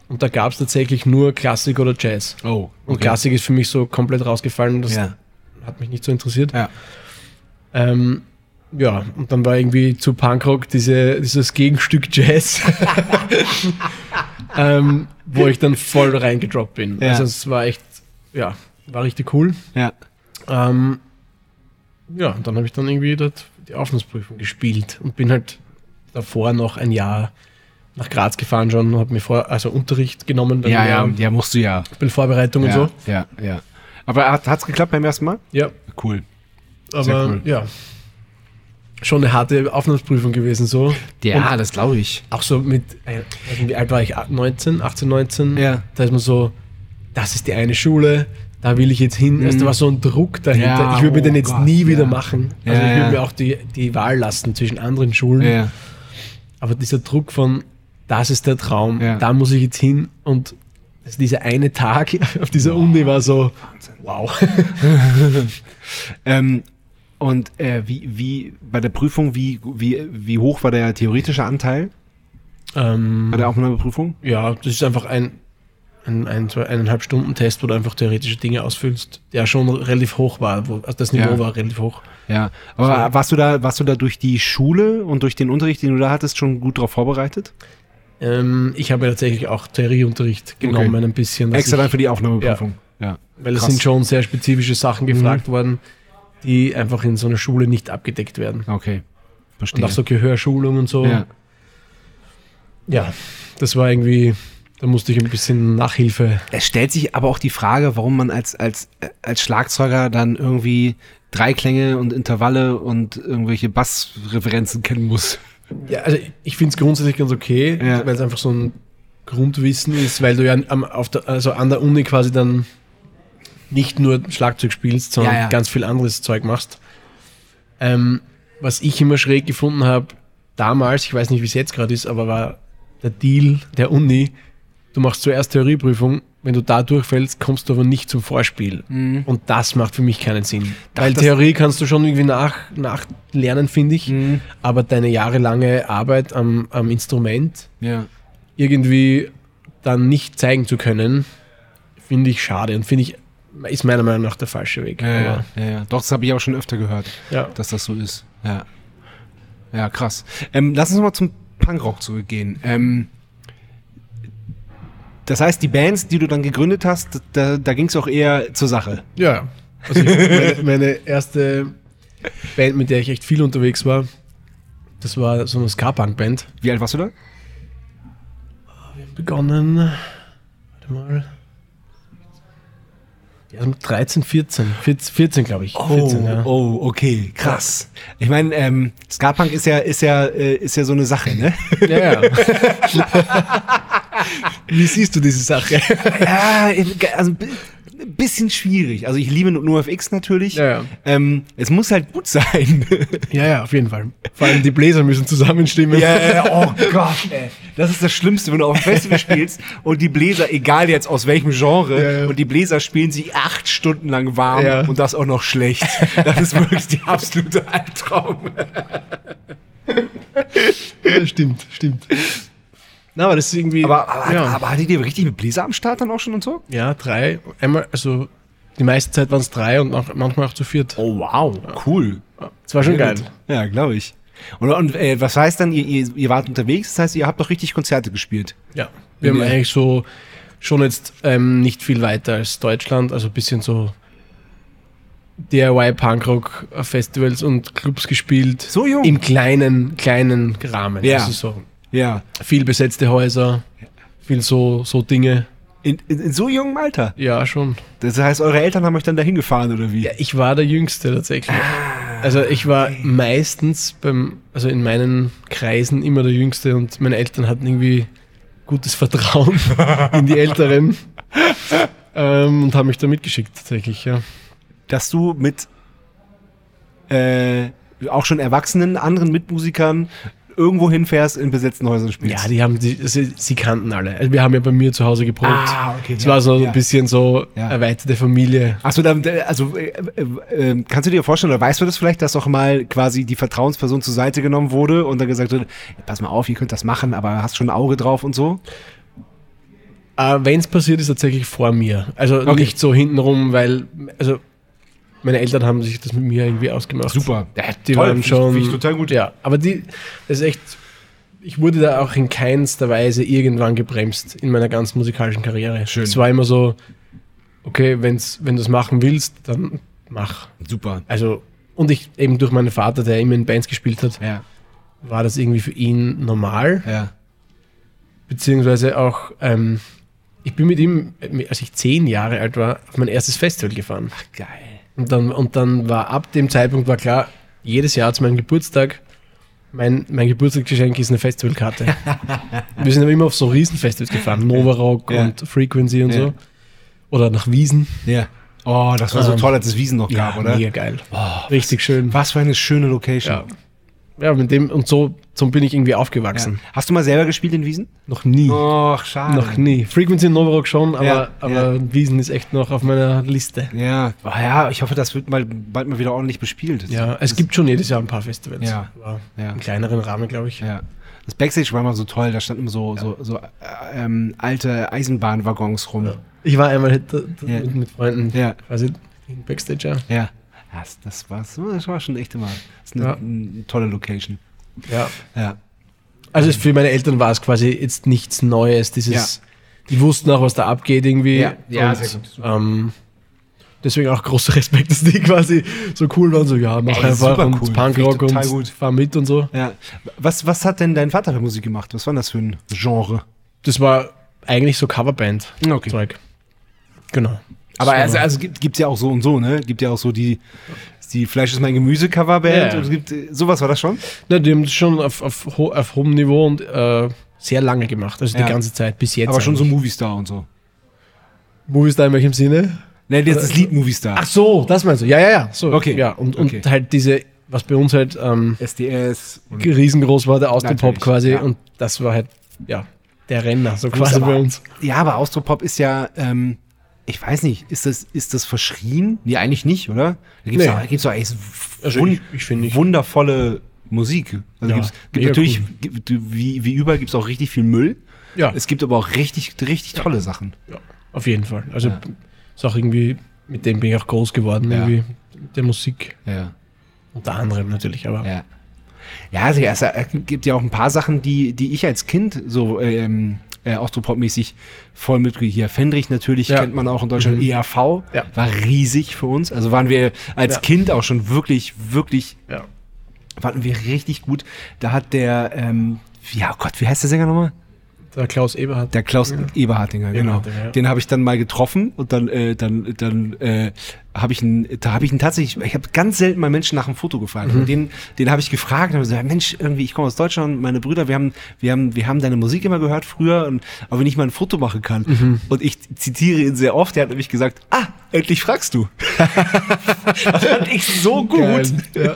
S1: Und da gab es tatsächlich nur Klassik oder Jazz.
S2: Oh,
S1: Und Klassik ist für mich so komplett rausgefallen, das
S2: Ja.
S1: hat mich nicht so interessiert.
S2: Ja.
S1: Ähm, ja, und dann war irgendwie zu Punkrock diese, dieses Gegenstück Jazz, ähm, wo ich dann voll reingedroppt bin.
S2: Ja.
S1: Also es war echt, ja, war richtig cool.
S2: Ja.
S1: Ähm, ja, und dann habe ich dann irgendwie dort die Aufnahmeprüfung gespielt und bin halt davor noch ein Jahr nach Graz gefahren schon, habe mir vor, also Unterricht genommen bei
S2: Ja,
S1: der
S2: ja, ja, musst du ja.
S1: Spielvorbereitung
S2: ja,
S1: und so.
S2: Ja, ja. Aber hat, hat's geklappt beim ersten Mal?
S1: Ja,
S2: Cool. Sehr
S1: aber
S2: cool.
S1: ja. Schon eine harte Aufnahmeprüfung gewesen, so.
S2: Ja, das glaube ich.
S1: Auch so mit, äh, weiß nicht, wie alt war ich? 19, 18, 19?
S2: Ja.
S1: Da ist man so, das ist die eine Schule, da will ich jetzt hin. Also da war so ein Druck dahinter.
S2: Mhm. Ja,
S1: ich würde mir
S2: oh
S1: den jetzt
S2: Gott,
S1: nie wieder
S2: ja.
S1: machen. Also
S2: Ja,
S1: ich würde
S2: ja.
S1: mir auch die, die Wahl lassen zwischen anderen Schulen.
S2: Ja.
S1: Aber dieser Druck von, das ist der Traum,
S2: Ja.
S1: da muss ich jetzt hin und also dieser eine Tag auf dieser Uni war so, wow.
S2: Ähm, und äh, wie, wie, bei der Prüfung, wie, wie, wie hoch war der theoretische Anteil
S1: ähm,
S2: bei der Aufnahmeprüfung?
S1: Ja, das ist einfach ein, ein, ein zwei, eineinhalb Stunden Test, wo du einfach theoretische Dinge ausfüllst, der schon relativ hoch war. Wo, also das Niveau
S2: Ja.
S1: war relativ hoch.
S2: Ja, also aber warst du da, warst du da durch die Schule und durch den Unterricht, den du da hattest, schon gut drauf vorbereitet?
S1: Ähm, ich habe tatsächlich auch Theorieunterricht genommen,
S2: Okay.
S1: ein bisschen. dass
S2: Extra
S1: ich,
S2: dann für die Aufnahmeprüfung. Ja.
S1: weil es
S2: krass. Mhm.
S1: sind schon sehr spezifische Sachen gefragt worden, die einfach in so einer Schule nicht abgedeckt werden.
S2: Okay. Verstehe.
S1: Und auch so Gehörschulung und so.
S2: ja.
S1: ja, das war irgendwie, da musste ich ein bisschen Nachhilfe.
S2: Es stellt sich aber auch die Frage, warum man als, als, äh, als Schlagzeuger dann irgendwie Dreiklänge und Intervalle und irgendwelche Bassreferenzen kennen muss.
S1: Ja, also ich finde es grundsätzlich ganz okay,
S2: Ja.
S1: weil es einfach so ein Grundwissen ist, weil du ja am, auf der, also an der Uni quasi dann nicht nur Schlagzeug spielst, sondern
S2: Ja, ja.
S1: ganz viel anderes Zeug machst. Ähm, was ich immer schräg gefunden habe, damals, ich weiß nicht, wie es jetzt gerade ist, aber war der Deal der Uni, du machst zuerst Theorieprüfung, wenn du da durchfällst, kommst du aber nicht zum Vorspiel. Und das macht für mich keinen Sinn.
S2: Mhm. Ach,
S1: Weil
S2: das-
S1: Theorie kannst du schon irgendwie nach, nachlernen, finde ich,
S2: Mhm.
S1: aber deine jahrelange Arbeit am, am Instrument
S2: Ja.
S1: irgendwie dann nicht zeigen zu können, finde ich schade und finde ich, ist meiner Meinung nach der falsche Weg.
S2: Ja, ja,
S1: Aber,
S2: ja, ja. Doch, das habe ich auch schon öfter gehört,
S1: ja.
S2: dass das so ist. Ja. Ja, krass. Ähm, lass uns mal zum Punkrock zurückgehen. Ähm, das heißt, die Bands, die du dann gegründet hast, da, da ging es auch eher zur Sache.
S1: Ja. Also ich, meine, meine erste Band, mit der ich echt viel unterwegs war, das war so eine Ska-Punk-Band.
S2: Wie alt warst du da?
S1: Wir haben begonnen, warte mal, ja, so mit 13, 14, 14, 14 glaube ich. 14, ja.
S2: oh, okay, krass. Ich meine, ähm, Ska-Punk ist ja, ist ja, äh, ist ja so eine Sache, ne?
S1: ja, ja. Wie siehst du diese Sache?
S2: ja, also ein bi- bisschen schwierig. Also ich liebe nur FX natürlich.
S1: Ja, ja.
S2: Ähm, es muss halt gut sein.
S1: Ja, ja, auf jeden Fall. Vor allem die Bläser müssen zusammenstimmen.
S2: oh Gott, ey. Das ist das Schlimmste, wenn du auf dem Festival spielst und die Bläser, egal jetzt aus welchem Genre,
S1: Ja, ja.
S2: und die Bläser spielen sie acht Stunden lang warm
S1: Ja.
S2: und das auch noch schlecht. Das ist wirklich die absolute Albtraum.
S1: Ja, stimmt, stimmt. Na, aber das ist irgendwie.
S2: Aber, aber,
S1: ja.
S2: aber hattet ihr richtig mit Bläser am Start dann auch schon und so?
S1: ja, drei. Einmal, also die meiste Zeit waren es drei und auch, manchmal auch zu viert.
S2: Oh wow, cool.
S1: Das war schon
S2: Ja,
S1: geil.
S2: gut. Ja, glaube ich. Und, und äh, was heißt dann, ihr, ihr, ihr wart unterwegs, das heißt, ihr habt doch richtig Konzerte gespielt.
S1: Ja. Wir haben
S2: Ja.
S1: eigentlich so schon jetzt ähm, nicht viel weiter als Deutschland, also ein bisschen so DIY-Punkrock-Festivals und Clubs gespielt.
S2: So jung?
S1: Im kleinen, kleinen Rahmen.
S2: Ja.
S1: Also so
S2: Ja.
S1: viel besetzte Häuser, viel so, so Dinge.
S2: In, in, in so jungem Alter.
S1: Ja, schon.
S2: Das heißt, eure Eltern haben euch dann dahin gefahren, oder wie?
S1: Ja, ich war der Jüngste tatsächlich.
S2: Ah,
S1: Also ich war meistens beim, also in meinen Kreisen immer der Jüngste und meine Eltern hatten irgendwie gutes Vertrauen in die Älteren ähm, und haben mich da mitgeschickt tatsächlich, ja.
S2: Dass du mit äh, auch schon erwachsenen anderen Mitmusikern irgendwo hinfährst, in besetzten Häusern spielst.
S1: Ja, die haben, die, sie, sie kannten alle. Also wir haben ja bei mir zu Hause geprobt.
S2: Ah, okay,
S1: Es
S2: ja,
S1: war so
S2: ja.
S1: ein bisschen so
S2: Ja.
S1: erweiterte Familie.
S2: Achso, dann, äh, also äh, äh, äh, kannst du dir vorstellen, oder weißt du das vielleicht, dass auch mal quasi die Vertrauensperson zur Seite genommen wurde und dann gesagt wird, pass mal auf, ihr könnt das machen, aber hast schon ein Auge drauf und so?
S1: Äh, Wenn es passiert ist, tatsächlich vor mir. Also
S2: Okay.
S1: nicht so hintenrum, weil, also meine Eltern haben sich das mit mir irgendwie ausgemacht.
S2: Super.
S1: Ja, die
S2: Toll,
S1: waren
S2: find ich-
S1: schon.
S2: find ich total gut.
S1: Ja, aber die, das ist echt. Ich wurde da auch in keinster Weise irgendwann gebremst in meiner ganzen musikalischen Karriere.
S2: Schön.
S1: Es war immer so, okay, wenn's, wenn du es machen willst, dann mach.
S2: Super.
S1: Also, und ich eben durch meinen Vater, der immer in Bands gespielt hat,
S2: Ja,
S1: war das irgendwie für ihn normal.
S2: ja.
S1: Beziehungsweise auch, ähm, ich bin mit ihm, äh, als ich zehn Jahre alt war, auf mein erstes Festival gefahren.
S2: Geil.
S1: Und dann, und dann war ab dem Zeitpunkt war klar, jedes Jahr zu meinem Geburtstag, mein, mein Geburtstagsgeschenk ist eine Festivalkarte. Wir sind aber immer auf so Riesenfestivals gefahren, Nova Rock
S2: Ja.
S1: und Frequency und
S2: Ja.
S1: so. Oder nach Wiesen.
S2: Ja. Oh, das war so
S1: Ähm,
S2: toll, als es Wiesen noch gab, oder?
S1: mega geil. Richtig schön.
S2: Was für eine schöne Location.
S1: Ja. ja, mit dem und so, so bin ich irgendwie aufgewachsen.
S2: Hast du mal selber gespielt in Wiesen?
S1: Noch nie.
S2: Och, schade.
S1: Noch nie. Frequency und Nova Rock schon, aber,
S2: Oh. Ja,
S1: aber Wiesen ist echt noch auf meiner Liste.
S2: Ja. Oh, ja, ich hoffe, das wird mal, bald mal wieder ordentlich bespielt.
S1: Ja, es gibt schon jedes Jahr ein paar Festivals.
S2: Ja.
S1: Aber
S2: Ja.
S1: Im kleineren Rahmen, glaube ich.
S2: Ja. Das Backstage war immer so toll, da standen immer so, so, so äh, ähm, alte Eisenbahnwaggons rum. Ja.
S1: Ich war einmal da, da,
S2: Ja.
S1: mit, mit Freunden
S2: Ja.
S1: quasi im Backstage. Ja.
S2: ja. Das, das, war, so- das war schon echt immer. Das ist eine,
S1: Ja.
S2: eine tolle Location. Ja.
S1: Also für meine Eltern war es quasi jetzt nichts Neues. Dieses, Die wussten auch, was da abgeht irgendwie.
S2: Ja. Ja,
S1: und,
S2: sehr gut.
S1: Ähm, deswegen auch großer Respekt, dass die quasi so cool waren. So, ja, mach
S2: Ey,
S1: einfach
S2: super
S1: und
S2: cool.
S1: Punkrock
S2: Finde ich total
S1: und
S2: gut.
S1: fahr mit und so.
S2: ja. Was, was hat denn dein Vater für Musik gemacht? Was war denn das für ein Genre?
S1: Das war eigentlich so Coverband-Zeug.
S2: Okay.
S1: Genau.
S2: Aber
S1: So.
S2: also, also gibt es ja auch so und so, ne? Gibt ja auch so die, die Fleisch ist mein Gemüse-Coverband.
S1: Ja.
S2: Und es gibt, äh, sowas war das schon?
S1: Na, die haben das schon auf, auf, ho auf hohem Niveau und äh, sehr lange gemacht. Also
S2: Ja.
S1: die ganze Zeit bis jetzt.
S2: Aber schon so
S1: eigentlich.
S2: Moviestar und so.
S1: Movies da in welchem Sinne?
S2: Ne, das, das Lied Moviestar.
S1: Äh, Ach so, das meinst du. Ja, ja, ja. So,
S2: Okay.
S1: Ja, und, und
S2: Okay.
S1: halt diese, was bei uns halt ähm,
S2: SDS.
S1: Genau, riesengroß war, der Austropop
S2: Natürlich,
S1: quasi.
S2: ja.
S1: Und das war halt, ja, der Renner, so quasi
S2: aber-
S1: bei uns.
S2: Ja, aber Austropop ist ja, ähm, ich weiß nicht, ist das, ist das verschrien? Nee, eigentlich nicht, oder? Da gibt's
S1: Nee.
S2: auch, gibt's auch echt
S1: Also
S2: wun-
S1: ich- ich find nicht.
S2: wundervolle Musik. Also
S1: Ja,
S2: gibt's, gibt
S1: mega
S2: natürlich,
S1: cool.
S2: gibt, wie, wie überall gibt's auch richtig viel Müll.
S1: Ja,
S2: Es gibt aber auch richtig, richtig tolle Sachen.
S1: ja, auf jeden Fall. Also
S2: Ja.
S1: ist auch irgendwie, mit dem bin ich auch groß geworden,
S2: Ja.
S1: irgendwie. Mit der Musik.
S2: Ja.
S1: Unter anderem natürlich, aber.
S2: Ja. Ja, also, ja, es äh, gibt ja auch ein paar Sachen, die, die ich als Kind so ähm, äh, Austropop-mäßig voll mitkriege. Hier Fendrich natürlich
S1: Ja. Mhm.
S2: kennt man auch in Deutschland. ERV
S1: Ja.
S2: war riesig für uns. Also waren wir als
S1: Ja.
S2: Kind auch schon wirklich, wirklich,
S1: Ja.
S2: waren wir richtig gut. Da hat der, ähm, ja oh Gott, wie heißt der Sänger nochmal?
S1: Der Klaus Eberhard.
S2: Der Klaus Eberhardinger, genau.
S1: Eberhardinger, ja.
S2: Den habe ich dann mal getroffen und dann, äh, dann, dann äh, habe ich ihn, da habe ich ihn tatsächlich, ich habe ganz selten mal Menschen nach einem Foto gefragt.
S1: Mhm.
S2: Und den, den habe ich gefragt und hab gesagt, Mensch, irgendwie, ich komme aus Deutschland, meine Brüder, wir haben, wir haben, wir haben deine Musik immer gehört früher, und, aber wenn ich mal ein Foto machen kann.
S1: Mhm.
S2: Und ich zitiere ihn sehr oft, der hat nämlich gesagt, ah, endlich fragst du. das fand ich so gut.
S1: Geil, Ja.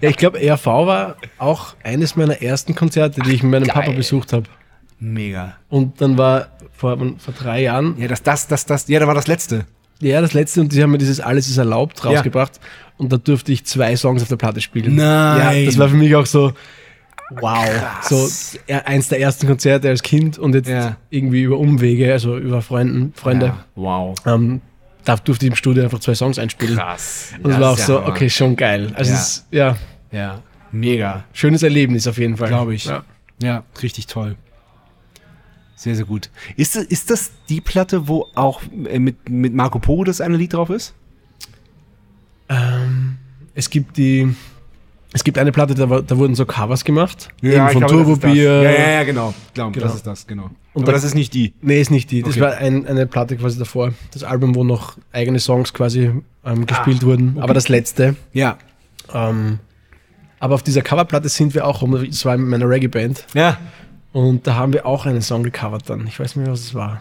S1: ja, ich glaube, ERV war auch eines meiner ersten Konzerte, die ich mit meinem Papa besucht habe.
S2: Mega.
S1: Und dann war vor, vor drei Jahren,
S2: Ja, das, das, das, das, ja, da war das letzte.
S1: ja, das letzte, und die haben mir dieses Alles ist erlaubt rausgebracht. Und da durfte ich zwei Songs auf der Platte spielen.
S2: Nein.
S1: Ja, das war für mich auch so, wow. So ja, eins der ersten Konzerte als Kind und jetzt
S2: Ja.
S1: irgendwie über Umwege, also über Freunden, Freunde.
S2: Wow.
S1: Ähm, da durfte ich im Studio einfach zwei Songs einspielen.
S2: Krass.
S1: Und es war auch so, okay, schon geil. Also
S2: Ja.
S1: es ist, ja,
S2: Ja, mega.
S1: schönes Erlebnis auf jeden Fall.
S2: Glaube ich.
S1: Ja.
S2: Ja, richtig toll. Sehr, sehr gut. Ist, das- ist das die Platte, wo auch äh, mit, mit Marco Polo das eine Lied drauf ist?
S1: Es gibt die, es gibt eine Platte, da, war- da wurden so Covers gemacht. Eben von
S2: ich glaube,
S1: Turbo
S2: das ist das.
S1: Bier.
S2: Ja, ja, ja, genau. Glaub,
S1: Genau.
S2: Das ist das, genau.
S1: Und
S2: Aber
S1: da-
S2: das ist nicht die.
S1: Nee, ist nicht die. Das
S2: Okay.
S1: war ein, eine Platte quasi davor. Das Album, wo noch eigene Songs quasi ähm,
S2: Ah,
S1: gespielt wurden. Aber das letzte.
S2: Ja.
S1: Ähm, aber auf dieser Coverplatte sind wir auch, rum. es war mit meiner Reggae-Band.
S2: Ja.
S1: Und da haben wir auch einen Song gecovert dann. Ich weiß nicht mehr, was es war.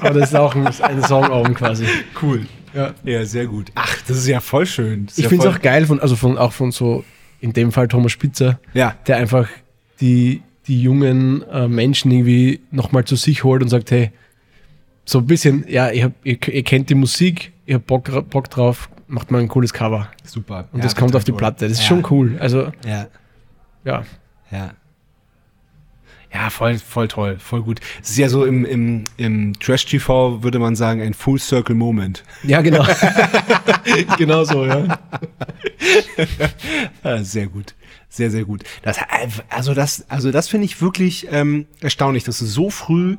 S1: aber das ist auch ein, ein Song oben quasi.
S2: Cool.
S1: Ja.
S2: Ja, sehr gut. Ach, das ist ja voll schön.
S1: Ich finde es auch geil, von, also von, auch von so, in dem Fall Thomas Spitzer,
S2: Ja.
S1: der einfach die, die jungen äh, Menschen irgendwie nochmal zu sich holt und sagt, hey, so ein bisschen, ja, ihr, habt, ihr, ihr kennt die Musik, ihr habt Bock, Bock drauf, macht mal ein cooles Cover.
S2: Super.
S1: Und das kommt auf die Platte. Das ist schon cool. Also,
S2: cool. Ja.
S1: ja.
S2: Ja. Ja, voll, voll toll, voll gut. Es ist ja so im, im, im Trash-TV würde man sagen, ein Full-Circle-Moment.
S1: Ja, genau. genau so, ja.
S2: Ja, Äh, sehr gut. Sehr, sehr gut. Das, also das, also das finde ich wirklich ähm, erstaunlich, dass du so früh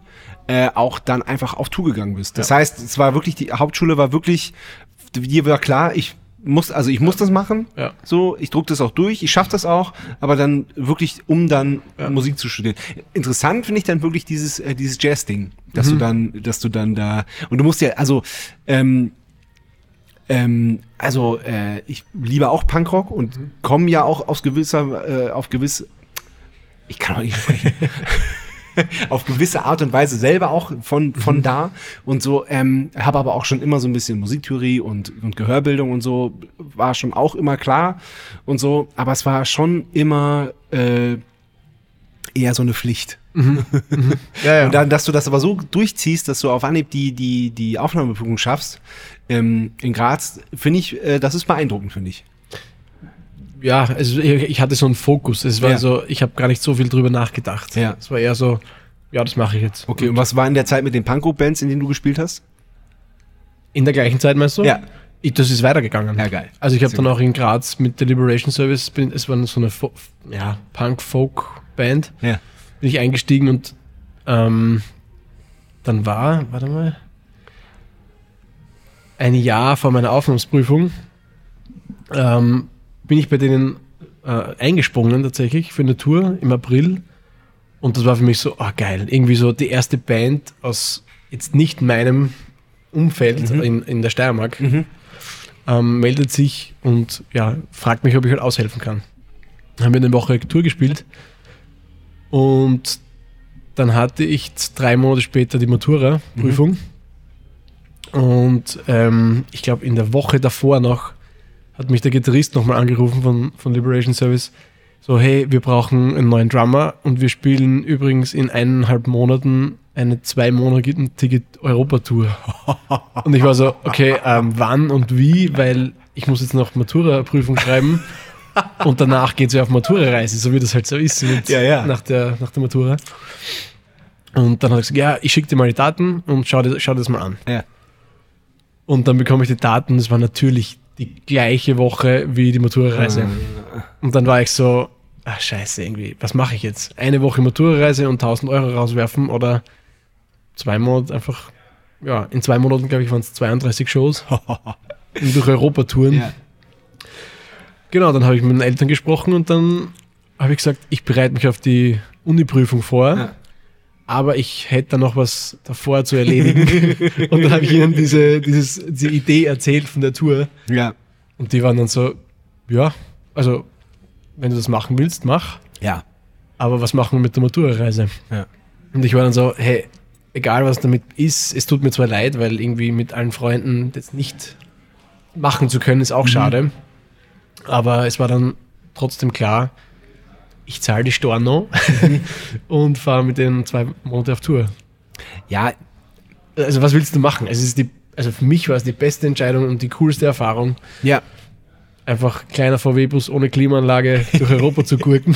S2: äh, auch dann einfach auf Tour gegangen bist. Das heißt, es war wirklich, die Hauptschule war wirklich, dir war klar, ich muss, also ich muss das machen.
S1: Ja.
S2: So, ich druck das auch durch, ich schaffe das auch, aber dann wirklich, um dann Musik zu studieren. Interessant finde ich dann wirklich dieses, äh, dieses Jazz-Ding, dass
S1: Mhm.
S2: du dann, dass du dann da, und du musst ja, also, ähm, ähm, also äh, ich liebe auch Punkrock und komme ja auch aus gewisser, äh, auf gewisse, ich kann auch nicht sprechen, auf gewisse Art und Weise selber auch von, von da und so, ähm, habe aber auch schon immer so ein bisschen Musiktheorie und, und Gehörbildung und so, war schon auch immer klar und so, aber es war schon immer äh, eher so eine Pflicht.
S1: ja, ja.
S2: Und dann, dass du das aber so durchziehst, dass du auf Anhieb die, die, die Aufnahmeprüfung schaffst ähm, in Graz, finde ich, äh, das ist beeindruckend, finde ich.
S1: ja, also ich, ich hatte so einen Fokus. Es war
S2: Ja.
S1: so, ich habe gar nicht so viel drüber nachgedacht.
S2: Ja.
S1: Es war eher so, ja, das mache ich jetzt.
S2: Okay, und was war in der Zeit mit den Panko-Bands, in denen du gespielt hast?
S1: In der gleichen Zeit meinst du?
S2: Ja.
S1: Ich, das ist weitergegangen.
S2: Ja, geil.
S1: Also ich habe
S2: Sehr
S1: dann auch in Graz mit der Liberation Service, bin, es war so eine Fo ja, Punk-Folk-Band,
S2: Ja.
S1: bin ich eingestiegen und ähm, dann war, warte mal, ein Jahr vor meiner Aufnahmsprüfung ähm, bin ich bei denen äh, eingesprungen tatsächlich für eine Tour im April und das war für mich so, ah geil, irgendwie so die erste Band aus jetzt nicht meinem Umfeld in, in der Steiermark ähm, meldet sich und ja, fragt mich, ob ich halt aushelfen kann. Dann Haben wir eine Woche Tour gespielt und dann hatte ich z- drei Monate später die Matura-Prüfung und ähm, ich glaube in der Woche davor noch hat mich der Gitarrist nochmal angerufen von, von Liberation Service. So, hey, wir brauchen einen neuen Drummer und wir spielen übrigens in eineinhalb Monaten eine zweimonatige Europa-Tour. Und ich war so, okay, ähm, wann und wie, weil ich muss jetzt noch Matura-Prüfung schreiben und danach geht's ja auf Matura-Reise, so wie das halt so ist mit,
S2: Ja, ja.
S1: Nach, der, nach der Matura. Und dann hat er gesagt, ja, ich schicke dir mal die Daten und schau dir, schau dir das mal an.
S2: Ja.
S1: Und dann bekomme ich die Daten. Das war natürlich die gleiche Woche wie die Matura-Reise.
S2: Ah. Ähm,
S1: Und dann war ich so, ah, scheiße, irgendwie, was mache ich jetzt? Eine Woche Matura-Reise und 1000 Euro rauswerfen oder zwei Monate einfach, ja, in zwei Monaten, glaube ich, waren es 32 Shows und durch Europa touren.
S2: Ja.
S1: Genau, dann habe ich mit meinen Eltern gesprochen und dann habe ich gesagt, ich bereite mich auf die Uni-Prüfung vor.
S2: Ja.
S1: aber ich hätte da noch was davor zu erledigen. und dann habe ich ihnen diese, dieses, diese Idee erzählt von der Tour.
S2: Ja.
S1: Und die waren dann so, ja, also wenn du das machen willst, mach.
S2: Ja.
S1: Aber was machen wir mit der Matura-Reise?
S2: Ja.
S1: Und ich war dann so, hey, egal was damit ist, es tut mir zwar leid, weil irgendwie mit allen Freunden das nicht machen zu können, ist auch schade. Aber es war dann trotzdem klar, ich zahle die Storno und fahre mit denen zwei Monate auf Tour.
S2: Ja,
S1: Also was willst du machen? Es ist die, also für mich war es die beste Entscheidung und die coolste Erfahrung,
S2: ja.
S1: einfach kleiner VW-Bus ohne Klimaanlage durch Europa zu gurken.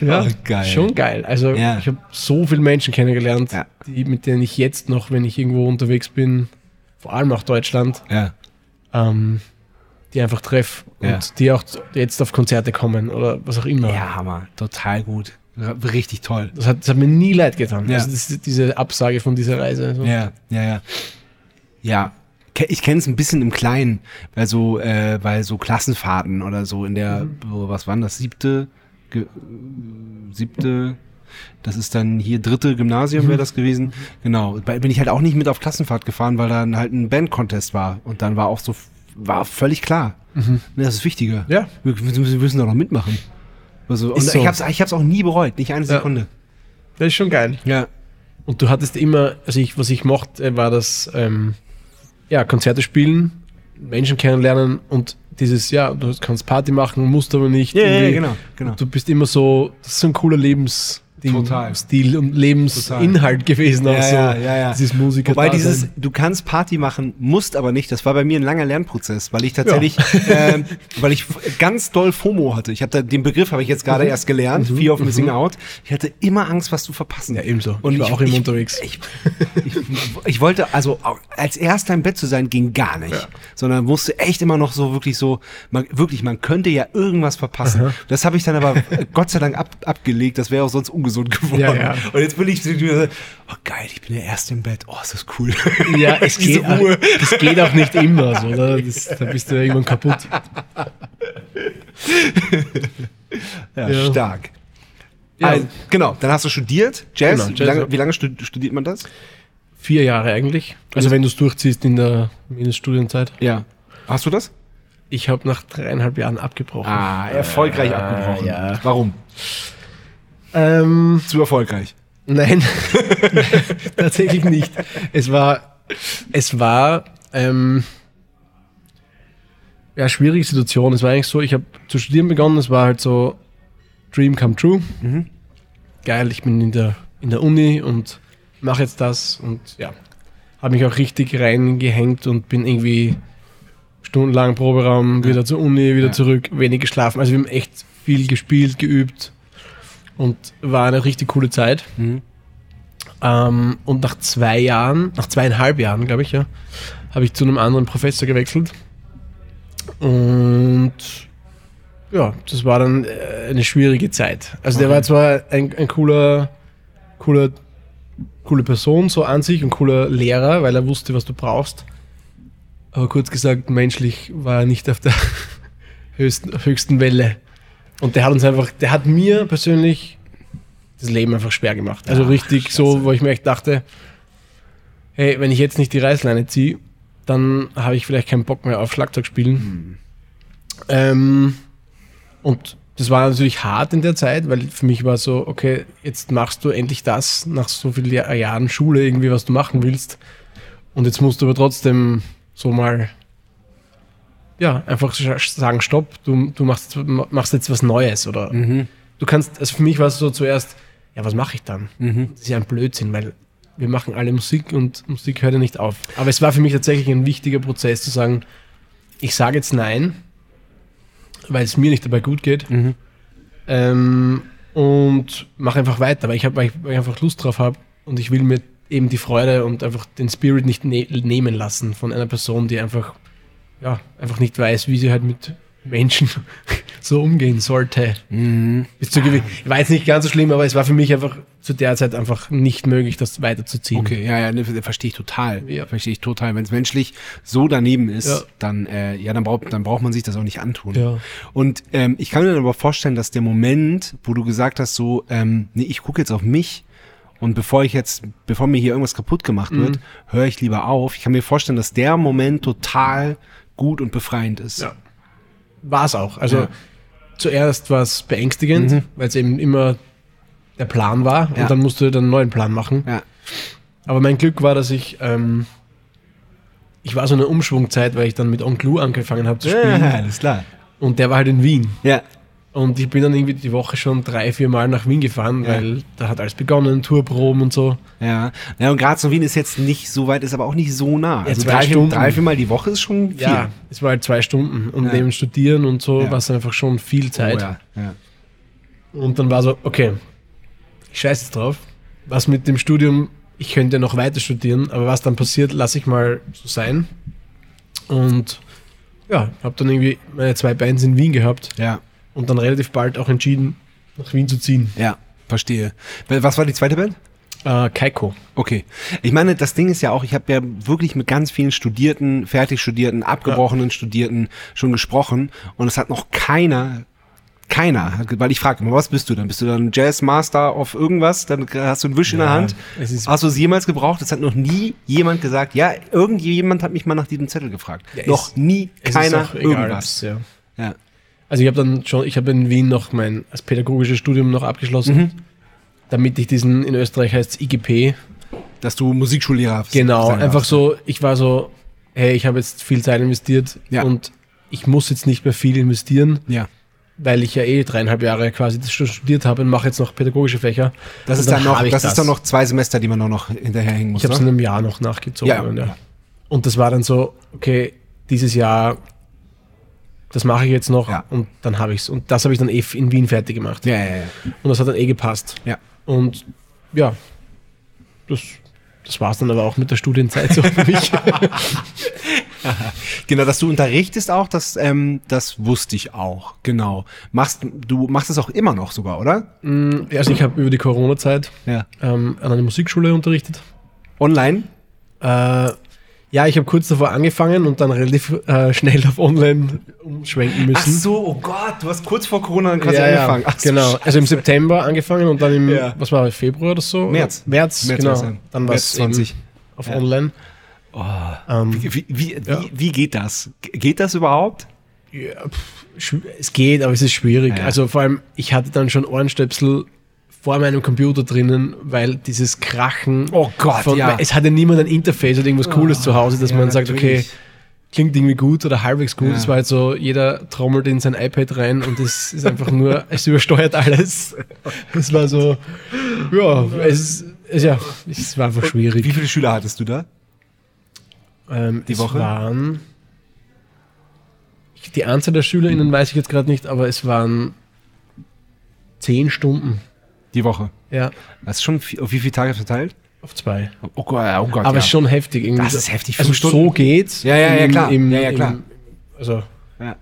S1: ja,
S2: Oh, geil.
S1: schon geil. Also
S2: Ja.
S1: ich habe so viele Menschen kennengelernt,
S2: Ja.
S1: die, mit denen ich jetzt noch, wenn ich irgendwo unterwegs bin, vor allem auch Deutschland,
S2: Ja.
S1: ähm, die einfach treff und
S2: Ja.
S1: die auch jetzt auf Konzerte kommen oder was auch immer.
S2: Ja, Hammer. Total gut. R- Richtig toll.
S1: Das, hat, das hat mir nie leid getan.
S2: Ja.
S1: Also das, ist diese Absage von dieser Reise. Also, So.
S2: Ja, ja, ja. Ja. Ke- Ich kenne es ein bisschen im Kleinen, bei so, äh, bei so Klassenfahrten oder so in der,
S1: Mhm.
S2: wo- was waren das, siebte, Ge äh, siebte, das ist dann hier dritte Gymnasium
S1: Mhm.
S2: wäre das gewesen. Genau, bei, bin ich halt auch nicht mit auf Klassenfahrt gefahren, weil dann halt ein Bandcontest war und dann war auch so, war völlig klar. Ne, Das ist wichtiger.
S1: Mhm. Ja.
S2: Wir, wir wir müssen da noch mitmachen. Also, und
S1: Ist so.
S2: ich hab's, ich hab's auch nie bereut, nicht eine
S1: Ja.
S2: Sekunde.
S1: Das ist schon geil.
S2: Ja.
S1: Und du hattest immer, also ich, was ich mochte, war das, ähm, ja, Konzerte spielen, Menschen kennenlernen und dieses, ja, du kannst Party machen, musst aber nicht.
S2: Ja, ja,
S1: irgendwie.
S2: ja, genau, genau.
S1: Du bist immer so, das ist so ein cooler Lebensstil
S2: Total.
S1: Stil und Lebensinhalt gewesen. Auch
S2: Ja,
S1: so.
S2: ja, ja, ja.
S1: Dieses Musiker.
S2: Wobei
S1: da
S2: dieses,
S1: sein.
S2: du kannst Party machen, musst aber nicht. Das war bei mir ein langer Lernprozess, weil ich tatsächlich, ähm, weil ich f- ganz doll FOMO hatte. Ich habe da den Begriff habe ich jetzt
S1: Mhm.
S2: gerade erst gelernt, Fear of Missing Out. Ich hatte immer Angst, was zu verpassen.
S1: Ja, ebenso. Ich war auch immer unterwegs.
S2: Ich, ich, ich wollte also auch als erster im Bett zu sein ging gar nicht, sondern musste echt immer noch so wirklich so, man, wirklich man könnte ja irgendwas verpassen. Das habe ich dann aber äh, Gott sei Dank ab, abgelegt. Das wäre auch sonst ungesund geworden.
S1: Ja, ja.
S2: Und jetzt bin ich so, oh geil, ich bin der Erste im Bett. Oh, ist das cool.
S1: ja, es
S2: Diese
S1: geht, halt. auch,
S2: Ruhe.
S1: das geht auch nicht immer so, oder? Das, da bist du ja irgendwann kaputt.
S2: Ja,
S1: Ja.
S2: stark.
S1: Ja.
S2: Also, genau, dann hast du studiert, Jazz.
S1: Genau, Jazz,
S2: wie, lange,
S1: ja.
S2: wie lange stud- studiert man das?
S1: Vier Jahre eigentlich. Also wenn du es durchziehst in der Minusstudienzeit.
S2: Ja. Hast du das?
S1: Ich habe nach dreieinhalb Jahren abgebrochen.
S2: Ah, erfolgreich abgebrochen.
S1: ja.
S2: Warum?
S1: Ähm,
S2: Zu erfolgreich.
S1: Nein, tatsächlich nicht. Es war, es war ähm, ja schwierige Situation. Es war eigentlich so, ich habe zu studieren begonnen. Es war halt so Dream come true.
S2: Mhm.
S1: Geil, ich bin in der in der Uni und mache jetzt das und ja, habe mich auch richtig reingehängt und bin irgendwie stundenlang Proberaum wieder zur Uni, wieder
S2: Ja.
S1: zurück, wenig geschlafen. Also wir haben echt viel gespielt, geübt und war eine richtig coole Zeit. Ähm, und nach zwei Jahren, nach zweieinhalb Jahren, glaube ich, ja, habe ich zu einem anderen Professor gewechselt. Und ja, das war dann äh, eine schwierige Zeit. Also der
S2: Okay.
S1: war zwar ein, ein cooler, cooler, coole Person so an sich und cooler Lehrer, weil er wusste, was du brauchst. Aber kurz gesagt, menschlich war er nicht auf der höchsten, höchsten Welle. Und der hat uns einfach, der hat mir persönlich das Leben einfach schwer gemacht. Also
S2: Ach,
S1: richtig so,
S2: Scheiße.
S1: wo ich mir echt dachte, hey, wenn ich jetzt nicht die Reißleine ziehe, dann habe ich vielleicht keinen Bock mehr auf Schlagzeug spielen. Ähm, und das war natürlich hart in der Zeit, weil für mich war so, okay, jetzt machst du endlich das nach so vielen Jahr- Jahren Schule irgendwie, was du machen willst. Und jetzt musst du aber trotzdem so mal, ja, einfach sch- sagen, stopp, du, du machst, jetzt- machst jetzt was Neues oder du kannst, also für mich war es so zuerst, ja, was mache ich dann? Das ist ja ein Blödsinn, weil wir machen alle Musik und Musik hört ja nicht auf. Aber es war für mich tatsächlich ein wichtiger Prozess zu sagen, ich sage jetzt nein, weil es mir nicht dabei gut geht ähm, und mache einfach weiter, weil ich, hab, weil ich, weil ich einfach Lust drauf habe und ich will mir eben die Freude und einfach den Spirit nicht ne nehmen lassen von einer Person, die einfach, ja, einfach nicht weiß, wie sie halt mit Menschen so umgehen sollte. Bis zu gewinnen. War jetzt nicht ganz so schlimm, aber es war für mich einfach zu der Zeit einfach nicht möglich, das weiterzuziehen.
S2: Okay, ja, ja, ne, ver- verstehe ich total.
S1: Ja.
S2: Verstehe ich total. Wenn es menschlich so daneben ist,
S1: Ja.
S2: dann, äh, ja, dann braucht, dann braucht man sich das auch nicht antun.
S1: Ja.
S2: Und ähm, ich kann mir dann aber vorstellen, dass der Moment, wo du gesagt hast, so, ähm, nee, ich gucke jetzt auf mich und bevor ich jetzt, bevor mir hier irgendwas kaputt gemacht
S1: Mhm.
S2: wird, höre ich lieber auf. Ich kann mir vorstellen, dass der Moment total gut und befreiend ist.
S1: Ja. War es auch. Also
S2: Ja. Mhm.
S1: zuerst war es beängstigend, weil es eben immer der Plan war
S2: Ja.
S1: und dann musst du dann einen neuen Plan machen.
S2: Ja.
S1: Aber mein Glück war, dass ich, ähm, ich war so in einer Umschwungzeit, weil ich dann mit Onkel Lou angefangen habe zu spielen
S2: alles klar.
S1: und der war halt in Wien.
S2: Ja.
S1: Und ich bin dann irgendwie die Woche schon drei, vier Mal nach Wien gefahren,
S2: Ja.
S1: weil da hat alles begonnen, Tourproben und so.
S2: Ja, ja und Graz und Wien ist jetzt nicht so weit, ist aber auch nicht so nah. also
S1: zwei
S2: drei, vier-
S1: Stunden.
S2: drei, viermal die Woche ist schon viel.
S1: Ja, es war halt zwei Stunden und
S2: Ja.
S1: neben Studieren und so
S2: Ja.
S1: war es einfach schon viel Zeit.
S2: Oh, ja. Ja.
S1: Und dann war so, okay, ich scheiße jetzt drauf. Was mit dem Studium, ich könnte noch weiter studieren, aber was dann passiert, lasse ich mal so sein. Und ja, habe dann irgendwie meine zwei Bands in Wien gehabt
S2: ja,
S1: und dann relativ bald auch entschieden, nach Wien zu ziehen.
S2: ja, verstehe. Wel- Was war die zweite Band?
S1: Äh, Keiko.
S2: Okay. Ich meine, das Ding ist ja auch, ich habe ja wirklich mit ganz vielen Studierten, fertig Studierten, abgebrochenen Studierten schon gesprochen und es hat noch keiner, keiner, hat ge- weil ich frage immer, was bist du dann? Bist du dann Jazzmaster auf irgendwas? Dann hast du einen Wisch in der
S1: Ja,
S2: Hand.
S1: es ist-
S2: hast du es jemals gebraucht? Es hat noch nie jemand gesagt, ja, irgendjemand hat mich mal nach diesem Zettel gefragt.
S1: Ja,
S2: noch
S1: es-
S2: nie
S1: Es ist
S2: keiner
S1: auch egal,
S2: irgendwas.
S1: Ja.
S2: Ja.
S1: Also ich habe dann schon, ich habe in Wien noch mein als pädagogisches Studium noch abgeschlossen,
S2: Mhm.
S1: damit ich diesen, in Österreich heißt es IGP,
S2: Dass du Musikschullehrer bist.
S1: Genau,
S2: sein
S1: einfach
S2: darfst.
S1: so, ich war so, hey, ich habe jetzt viel Zeit investiert
S2: Ja.
S1: und ich muss jetzt nicht mehr viel investieren,
S2: Ja.
S1: weil ich ja eh dreieinhalb Jahre quasi das schon studiert habe und mache jetzt noch pädagogische Fächer.
S2: Das
S1: Und
S2: ist dann noch,
S1: habe ich
S2: das, ist dann noch zwei Semester, die man auch noch hinterherhängen muss.
S1: Ich habe es in
S2: ne?
S1: einem Jahr noch nachgezogen.
S2: Ja.
S1: Und, ja. und das war dann so, okay, dieses Jahr, das mache ich jetzt noch
S2: Ja.
S1: und dann habe ich es. Und das habe ich dann eh in Wien fertig gemacht.
S2: ja, ja, ja.
S1: Und das hat dann eh gepasst.
S2: ja.
S1: Und ja, das, das war es dann aber auch mit der Studienzeit so für mich.
S2: Genau, dass du unterrichtest auch, das, ähm, das wusste ich auch. Genau. Machst, du machst es auch immer noch sogar, oder?
S1: Mm, Also ich habe über die Corona-Zeit
S2: Ja.
S1: ähm, an einer Musikschule unterrichtet.
S2: Online?
S1: Äh, ja, ich habe kurz davor angefangen und dann relativ äh, schnell auf Online umschwenken müssen.
S2: so, oh Gott, du hast kurz vor Corona dann
S1: ja, ja,
S2: Ach so,
S1: genau.
S2: Scheiße.
S1: Also im September angefangen und dann im,
S2: Ja.
S1: was war, Februar oder so?
S2: März.
S1: Oder? März,
S2: März
S1: genau.
S2: war's dann.
S1: Dann war
S2: März
S1: es eben
S2: 20.
S1: auf
S2: Ja.
S1: Online. Ähm,
S2: Wie, wie,
S1: Ja.
S2: wie, wie geht das? Ge- Geht das überhaupt?
S1: ja, pff, schw- es geht, aber es ist schwierig.
S2: Ja.
S1: Also vor allem, ich hatte dann schon Ohrenstöpsel vor meinem Computer drinnen, weil dieses Krachen
S2: Oh Gott,
S1: von,
S2: ja. Ah,
S1: weil es hatte niemand ein Interface oder irgendwas Cooles zu Hause, dass
S2: ja,
S1: man sagt, okay,
S2: natürlich.
S1: klingt irgendwie gut oder halbwegs gut.
S2: Ja.
S1: Es war halt so, jeder trommelt in sein iPad rein und es ist einfach nur, es übersteuert alles. Es war so, ja, es, es, ja, es war einfach schwierig.
S2: Wie viele Schüler hattest du da?
S1: Ähm,
S2: Die
S1: es
S2: Woche?
S1: waren. Die Anzahl der SchülerInnen weiß ich jetzt gerade nicht, aber es waren zehn Stunden.
S2: Die Woche.
S1: Ja,
S2: Das ist schon viel, auf wie viele Tage verteilt?
S1: auf zwei.
S2: Oh Gott, ja, oh Gott.
S1: Aber
S2: ja.
S1: ist schon heftig. Irgendwie.
S2: Das ist heftig,
S1: Also
S2: fünf Stunden.
S1: so geht's.
S2: Ja, ja, ja,
S1: im-
S2: klar.
S1: Im,
S2: Ja, ja, klar.
S1: Im, also
S2: Ja.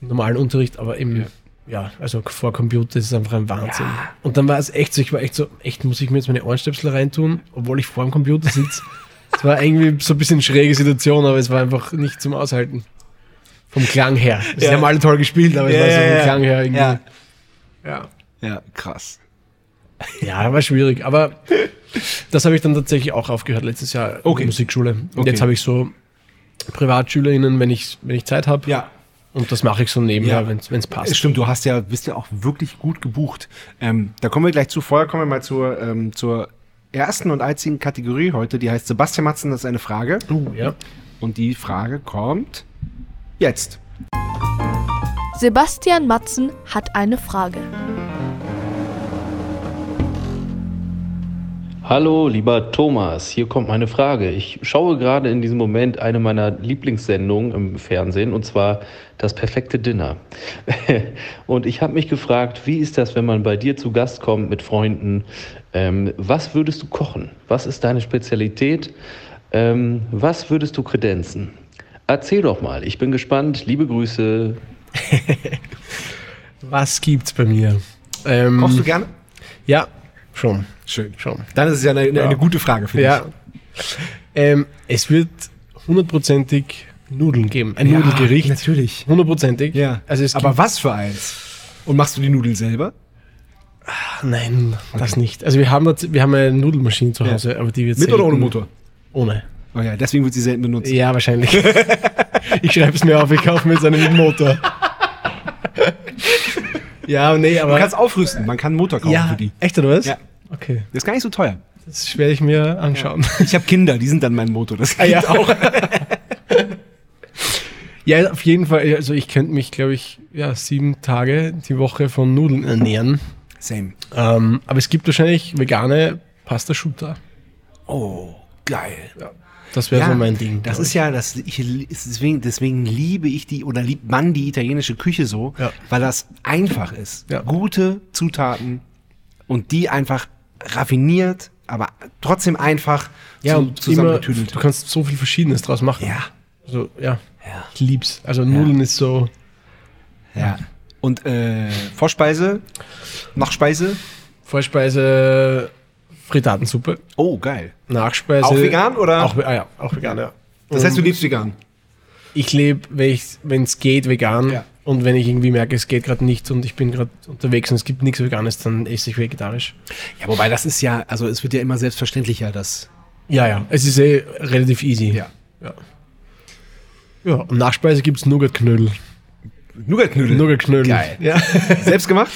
S1: im normalen Unterricht, aber im. Ja. also vor Computer ist es einfach ein Wahnsinn. Und dann war es echt so, ich war echt so, echt muss ich mir jetzt meine Ohrenstöpsel reintun, obwohl ich vor dem Computer sitze. Es war irgendwie so ein bisschen schräge Situation, aber es war einfach nicht zum Aushalten. Vom Klang her. Sie
S2: Ja.
S1: haben alle toll gespielt, aber es
S2: Ja,
S1: war so
S2: ja,
S1: vom
S2: ja.
S1: Klang her irgendwie.
S2: Ja.
S1: Ja.
S2: ja, krass.
S1: Ja, war schwierig, aber das habe ich dann tatsächlich auch aufgehört letztes Jahr in
S2: Okay.
S1: der Musikschule. Und
S2: Okay.
S1: jetzt habe ich so PrivatschülerInnen, wenn ich, wenn ich Zeit habe.
S2: Ja,
S1: Und das mache ich so nebenher,
S2: Ja.
S1: wenn es passt.
S2: Stimmt, du hast ja, bist ja auch wirklich gut gebucht. Ähm, da kommen wir gleich zu. Vorher kommen wir mal zur, ähm, zur ersten und einzigen Kategorie heute. Die heißt Sebastian Matzen, das ist eine Frage.
S1: Uh, ja.
S2: Und die Frage kommt jetzt.
S3: Sebastian Matzen hat eine Frage.
S4: Hallo, lieber Thomas, hier kommt meine Frage. Ich schaue gerade in diesem Moment eine meiner Lieblingssendungen im Fernsehen und zwar das perfekte Dinner. Und ich habe mich gefragt, wie ist das, wenn man bei dir zu Gast kommt mit Freunden? Ähm, was würdest du kochen? Was ist deine Spezialität? Ähm, was würdest du kredenzen? Erzähl doch mal, ich bin gespannt. Liebe Grüße.
S1: Was gibt's bei mir? Ähm,
S2: Kochst du gerne?
S1: Ja, schon,
S2: Schön.
S1: schon.
S2: Dann ist es ja eine, eine,
S1: Ja.
S2: eine gute Frage, finde
S1: Ja. Ähm, es wird hundertprozentig Nudeln geben. Ein
S2: ich.
S1: Nudelgericht.
S2: Natürlich.
S1: Hundertprozentig.
S2: Ja.
S1: Also es
S2: Aber was für eins? Und machst du die Nudeln selber?
S1: gibt, nein, das nicht. Also wir haben, das, wir haben eine Nudelmaschine zu
S2: Ja.
S1: Hause, aber die wird
S2: Mit oder ohne
S1: selten-
S2: Motor?
S1: Ohne.
S2: Oh ja, deswegen wird sie selten benutzt.
S1: Ja, wahrscheinlich. ich schreibe es mir auf, ich kaufe mir jetzt einen mit Motor. ja, nee, aber...
S2: Man kann es aufrüsten, man kann einen Motor kaufen
S1: ja,
S2: für die.
S1: echt oder was?
S2: Ja.
S1: Okay,
S2: Das ist gar nicht so teuer.
S1: das werde ich mir anschauen.
S2: Ich habe Kinder, die sind dann mein Motor. Das geht
S1: Ah, ja.
S2: auch.
S1: Ja, auf jeden Fall. Also ich könnte mich, glaube ich, ja, sieben Tage die Woche von Nudeln ernähren.
S2: Same.
S1: Ähm, aber es gibt wahrscheinlich vegane Pasta Shooter.
S2: Oh, geil.
S1: Das wäre so mein Ding.
S2: Das
S1: glaub
S2: ist
S1: ich.
S2: ja, das, ich, ist deswegen, deswegen liebe ich die oder liebt man die italienische Küche so,
S1: Ja.
S2: weil das einfach ist.
S1: Ja.
S2: Gute Zutaten und die einfach raffiniert, aber trotzdem einfach
S1: ja,
S2: zu-
S1: und immer,
S2: zusammengetüdelt.
S1: du kannst so viel Verschiedenes draus machen.
S2: Ja,
S1: Also, ja,
S2: ja,
S1: ich lieb's. Also Nudeln ist so.
S2: ja. Und äh, Vorspeise, Nachspeise.
S1: Vorspeise Frittatensuppe,
S2: Oh, geil.
S1: Nachspeise.
S2: Auch vegan, oder?
S1: Auch, ah, ja, auch vegan, ja.
S2: Das heißt, du liebst vegan.
S1: Ich lebe, wenn es geht, vegan.
S2: Ja.
S1: Und wenn ich irgendwie merke, es geht gerade nicht und ich bin gerade unterwegs und es gibt nichts Veganes, dann esse ich vegetarisch.
S2: Ja, wobei das ist ja, also es wird ja immer selbstverständlicher, dass.
S1: Ja, ja, es ist eh relativ easy.
S2: Ja.
S1: Ja, ja und Nachspeise gibt es Nougatknödel.
S2: Nougatknödel.
S1: Nougatknödel.
S2: Geil.
S1: Ja.
S2: Selbst gemacht?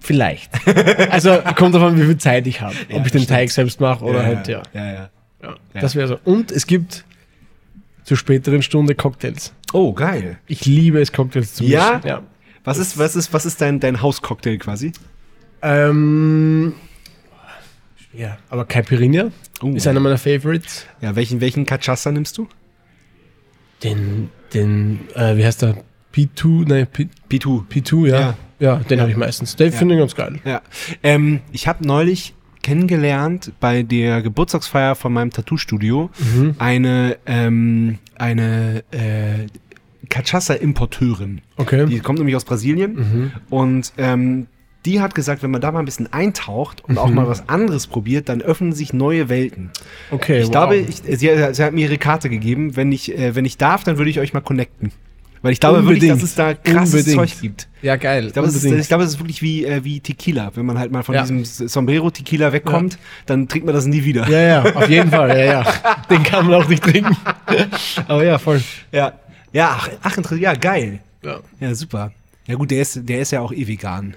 S1: Vielleicht. Also kommt davon, wie viel Zeit ich habe. Ob ich den Teig selbst mache oder halt, ja.
S2: ja, ja.
S1: ja. Das wäre so. Und es gibt zur späteren Stunde Cocktails.
S2: Oh, geil.
S1: Ich liebe es, Cocktails zu mischen.
S2: Ja?
S1: ja.
S2: Was ist, was ist, was ist dein, dein Hauscocktail quasi?
S1: Ähm, ja, aber Caipirinha
S2: Oh.
S1: ist einer meiner Favorites.
S2: Ja, welchen, welchen Cachaça nimmst du?
S1: Den, den, äh, wie heißt der? P2, nein, P,
S2: Pitu.
S1: P2, ja.
S2: Ja.
S1: Ja, den habe ich meistens. Den finde ich ganz geil.
S2: Ja. Ähm, ich habe neulich kennengelernt bei der Geburtstagsfeier von meinem Tattoo-Studio
S1: Mhm.
S2: eine, ähm, eine äh, Cachaça-Importeurin.
S1: Okay. Mhm.
S2: Die kommt nämlich aus Brasilien und ähm, die hat gesagt, wenn man da mal ein bisschen eintaucht und
S1: Mhm.
S2: auch mal was anderes probiert, dann öffnen sich neue Welten.
S1: okay,
S2: Ich glaube, ich, sie, sie hat mir ihre Karte gegeben. Wenn ich, äh, wenn ich darf, dann würde ich euch mal connecten. Weil ich glaube wirklich,
S1: Unbedingt.
S2: dass es da krasses
S1: Unbedingt.
S2: Zeug gibt.
S1: ja, geil.
S2: Ich glaube, es ist,
S1: unbedingt.
S2: ich glaube, es ist wirklich wie, äh, wie Tequila. Wenn man halt mal von
S1: Ja.
S2: diesem Sombrero-Tequila wegkommt, dann trinkt man das nie wieder.
S1: ja, ja, auf jeden Fall, ja, ja. Den kann man auch nicht trinken. Aber ja, voll.
S2: Ja, ja ach, ach, inter- ja, geil.
S1: Ja.
S2: Ja, super. Ja gut, der ist, der ist ja auch eh vegan.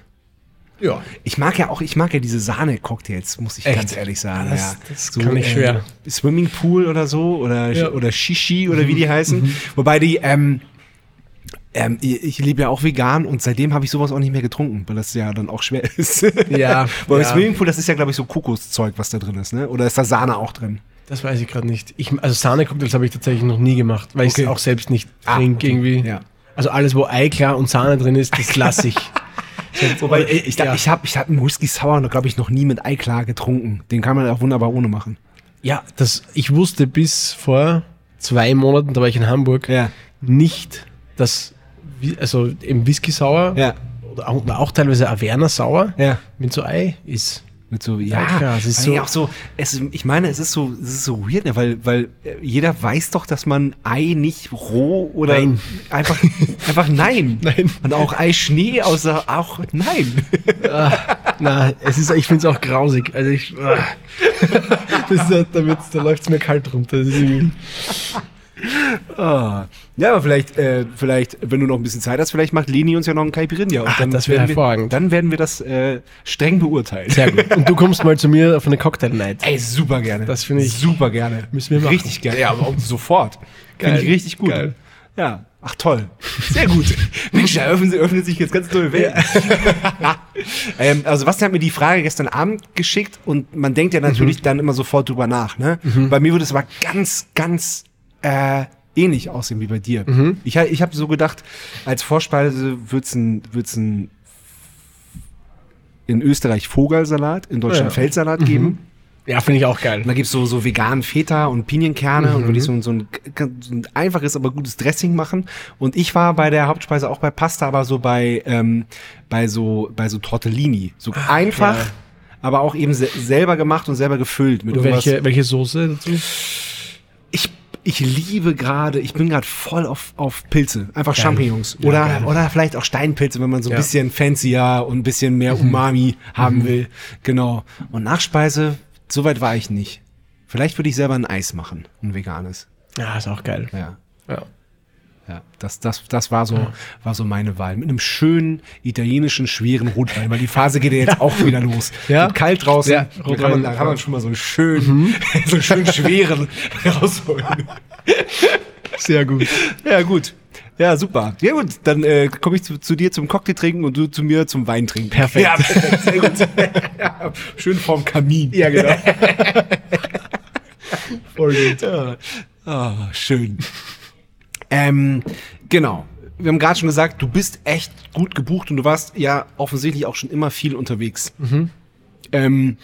S1: ja.
S2: Ich mag ja auch, ich mag ja diese Sahne-Cocktails, muss ich
S1: Echt? Ah,
S2: ganz ehrlich sagen.
S1: Das-
S2: ja. äh,
S1: das kann ich schwer.
S2: Swimmingpool oder so oder,
S1: Ja. Mhm.
S2: oder Shishi oder wie die heißen. Wobei die, ähm, ähm, ich ich lebe ja auch vegan und seitdem habe ich sowas auch nicht mehr getrunken, weil das ja dann auch schwer ist.
S1: Ja,
S2: Weil
S1: ja.
S2: Swimmingpool, das ist ja, glaube ich, so Kokoszeug, was da drin ist, ne? Oder ist da Sahne auch drin?
S1: Das weiß ich gerade nicht. Ich, also Sahne-Cocktails habe ich tatsächlich noch nie gemacht, weil ich
S2: Okay.
S1: es auch selbst nicht
S2: Ah,
S1: trinke
S2: okay.
S1: irgendwie.
S2: Ja.
S1: Also alles, wo Eiklar und Sahne drin ist, das lasse ich.
S2: Wobei, ich, ich,
S1: ja.
S2: ich habe ich hab einen Whisky Sour, glaube ich, noch nie mit Eiklar getrunken. Den kann man auch wunderbar ohne machen.
S1: ja, das, ich wusste bis vor zwei Monaten, da war ich in Hamburg,
S2: Ja.
S1: nicht, dass, Wi- also eben Whisky sauer
S2: Ja.
S1: oder auch, oder auch teilweise Averna sauer
S2: Ja.
S1: mit so Ei ist.
S2: Mit so, ja,
S1: klar, es ist
S2: weil ja
S1: so-
S2: auch so, es, ist- ich meine, es ist so, es ist so weird, ne? weil, weil äh, jeder weiß doch, dass man Ei nicht roh oder
S1: Nein.
S2: einfach, einfach nein.
S1: Nein.
S2: Und auch Eischnee außer auch nein.
S1: Na, es ist, ich finde es auch grausig. Also ich, ah. das ist, damit, da läuft es mir kalt runter. Das ist irgendwie-
S2: Ah. Ja, aber vielleicht, äh, vielleicht, wenn du noch ein bisschen Zeit hast, vielleicht macht Leni uns ja noch einen Caipirinha.
S1: Ah, das wäre
S2: werden wir-
S1: hervorragend.
S2: Dann werden wir das äh, streng beurteilen.
S1: Sehr gut. Und du kommst mal zu mir auf eine Cocktail Night.
S2: Ey, super gerne.
S1: Das finde ich-
S2: super gerne.
S1: Müssen wir machen.
S2: Richtig gerne. Ja, aber auch sofort. Finde
S1: Geil.
S2: ich richtig gut.
S1: Geil.
S2: Ja. Ach toll. Sehr gut. Mensch, da öffnen, öffnen sich jetzt ganz neue Welten. ähm, also Bastian hat mir die Frage gestern Abend geschickt und man denkt ja natürlich
S1: Mhm.
S2: dann immer sofort drüber nach. Ne? Bei mir würde es aber ganz, ganz äh, ähnlich aussehen wie bei dir.
S1: Mhm.
S2: Ich, ha- ich habe so gedacht, als Vorspeise wird's ein, wird's ein in Österreich Vogelsalat, in
S1: Ja.
S2: Deutschland
S1: Mhm.
S2: Feldsalat geben.
S1: Ja, finde ich auch geil.
S2: Und da gibt's so, so veganen Feta und Pinienkerne und würde ich
S1: Mhm.
S2: so, ein- so, ein, so ein einfaches, aber gutes Dressing machen. Und ich war bei der Hauptspeise auch bei Pasta, aber so bei, ähm, bei so, bei so Tortellini. So einfach, aber auch eben se selber gemacht und selber gefüllt mit
S1: Und
S2: irgendwas.
S1: welche, welche Soße dazu?
S2: Ich, ich liebe gerade, ich bin gerade voll auf, auf Pilze. Einfach
S1: Geil.
S2: Champignons.
S1: Ja,
S2: oder,
S1: geil.
S2: oder vielleicht auch Steinpilze, wenn man so ein
S1: Ja. Mhm.
S2: bisschen fancier und ein bisschen mehr Umami haben will. Genau. Und Nachspeise, so weit war ich nicht. Vielleicht würde ich selber ein Eis machen, ein veganes.
S1: Ja, ist auch geil.
S2: Ja.
S1: Ja.
S2: Ja, das, das, das war, so, war so meine Wahl. Mit einem schönen italienischen, schweren Rotwein, weil die Phase geht ja jetzt auch wieder los.
S1: Ja?
S2: Wird kalt draußen,
S1: Ja,
S2: da kann,
S1: Rotwein. Mhm.
S2: man, da kann man schon mal so einen schönen, so einen schönen schweren rausholen.
S1: Sehr gut.
S2: Ja, gut. Ja, super. Ja, gut. Dann äh, komme ich zu, zu dir zum Cocktail trinken und du zu mir zum Wein trinken.
S1: Perfekt.
S2: Ja, perfekt. Sehr gut. Ja, Schön vorm Kamin.
S1: Ja, genau. Voll gut.
S2: Ja. Ah, schön. Ähm, genau. Wir haben gerade schon gesagt, du bist echt gut gebucht und du warst ja offensichtlich auch schon immer viel unterwegs.
S1: Mhm.
S2: Ähm,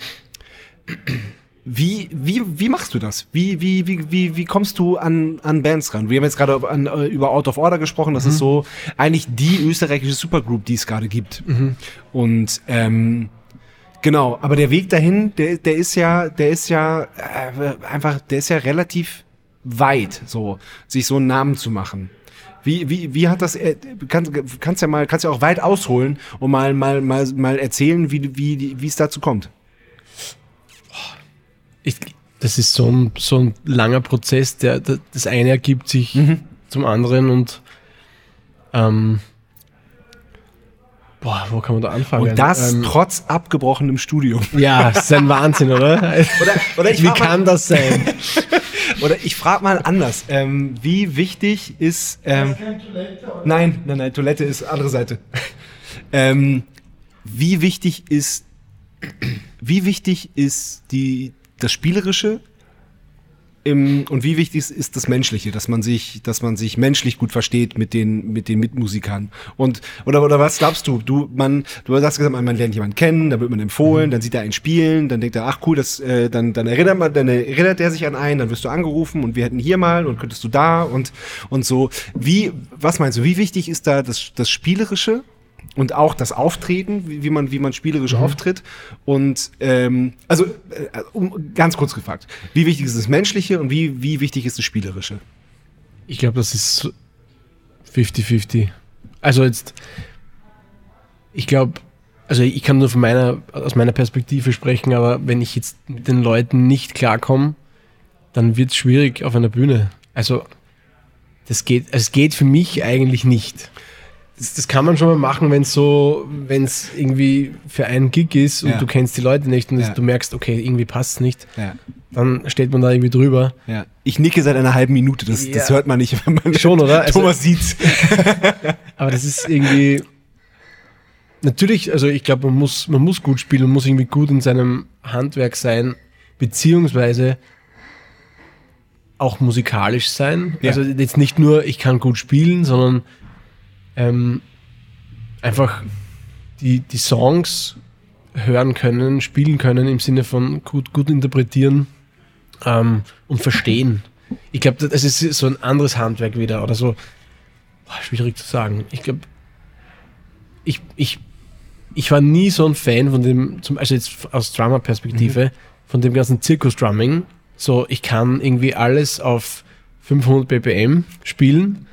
S2: wie, wie, wie machst du das? Wie, wie, wie, wie, wie kommst du an, an Bands ran? Wir haben jetzt gerade an, äh, über Out of Order gesprochen. Das
S1: Mhm.
S2: ist so eigentlich die österreichische Supergroup, die es gerade gibt.
S1: Mhm.
S2: Und ähm, Genau, aber der Weg dahin, der, der ist ja, der ist ja äh, einfach, der ist ja relativ weit, so sich so einen Namen zu machen. Wie, wie, wie hat das? Äh, kannst, kannst ja mal, kannst ja auch weit ausholen und mal, mal, mal, mal erzählen, wie, wie, wie es dazu kommt.
S1: ich, das ist so ein, so ein langer Prozess, der, der das eine ergibt sich
S2: Mhm.
S1: zum anderen und ähm, boah, wo kann man da anfangen?
S2: Und das
S1: ähm,
S2: trotz abgebrochenem Studium.
S1: ja, das ist ein Wahnsinn, oder?
S2: Oder, oder
S1: Wie
S2: frag mal-
S1: kann das sein?
S2: Oder ich frage mal anders. Ähm, wie wichtig ist. Ähm, nein, nein, nein, Toilette ist andere Seite. ähm, wie wichtig ist. Wie wichtig ist die, das Spielerische? Im, und wie wichtig ist, ist das Menschliche, dass man sich, dass man sich menschlich gut versteht mit den, mit den Mitmusikern. Und oder oder was glaubst du? Du man, du hast gesagt, man, man lernt jemanden kennen, dann wird man empfohlen, dann sieht er einen spielen, dann denkt er, ach cool, das, äh, dann dann erinnert man, dann erinnert er sich an einen, dann wirst du angerufen und wir hätten hier mal und könntest du da und und so. Wie was meinst du? Wie wichtig ist da das das Spielerische? Und auch das Auftreten, wie, wie man, wie man spielerisch auftritt. Und ähm, also äh, um, ganz kurz gefragt, wie wichtig ist das Menschliche und wie, wie wichtig ist das Spielerische?
S1: Ich glaube, das ist so 50-50. Also jetzt, ich glaube, also ich kann nur von meiner, aus meiner Perspektive sprechen, aber wenn ich jetzt mit den Leuten nicht klarkomme, dann wird es schwierig auf einer Bühne. Also das geht, also es geht für mich eigentlich nicht. Das, das kann man schon mal machen, wenn es so, wenn es irgendwie für einen Gig ist und
S2: Ja.
S1: du kennst die Leute nicht und
S2: Ja.
S1: du merkst, okay, irgendwie passt es nicht,
S2: Ja,
S1: dann steht man da irgendwie drüber.
S2: ja. Ich nicke seit einer halben Minute, das, das
S1: Ja.
S2: hört man nicht, wenn man
S1: Schon, oder? Also-
S2: Thomas sieht's.
S1: Aber das ist irgendwie. Natürlich, also ich glaube, man muss, man muss gut spielen und muss irgendwie gut in seinem Handwerk sein, beziehungsweise auch musikalisch sein.
S2: Ja.
S1: Also jetzt nicht nur, ich kann gut spielen, sondern ähm, einfach die, die Songs hören können, spielen können, im Sinne von gut, gut interpretieren ähm, und verstehen. Ich glaube, das ist so ein anderes Handwerk wieder oder so. Boah, schwierig zu sagen. Ich glaube, ich, ich, ich war nie so ein Fan von dem, zum, also jetzt aus Drama-Perspektive, von dem ganzen Zirkus-Drumming. So, ich kann irgendwie alles auf 500 BPM spielen,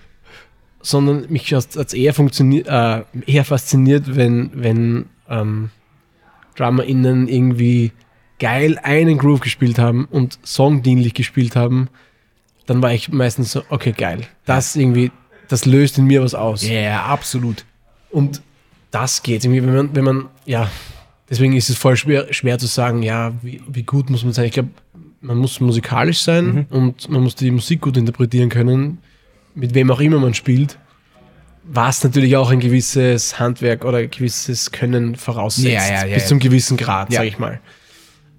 S1: sondern mich hat es eher, funktioniert- äh, eher fasziniert, wenn, wenn ähm, DrummerInnen irgendwie geil einen Groove gespielt haben und songdienlich gespielt haben, dann war ich meistens so, okay, geil. Das irgendwie, das löst in mir was aus.
S2: Ja, absolut.
S1: Und das geht irgendwie, wenn man, wenn man, ja, deswegen ist es voll schwer, schwer zu sagen, ja, wie, wie gut muss man sein. Ich glaube, man muss musikalisch sein
S2: Mhm.
S1: und man muss die Musik gut interpretieren können, mit wem auch immer man spielt, was natürlich auch ein gewisses Handwerk oder ein gewisses Können voraussetzt,
S2: Ja, ja, ja,
S1: bis
S2: ja.
S1: zum gewissen Grad,
S2: Ja.
S1: sag ich mal.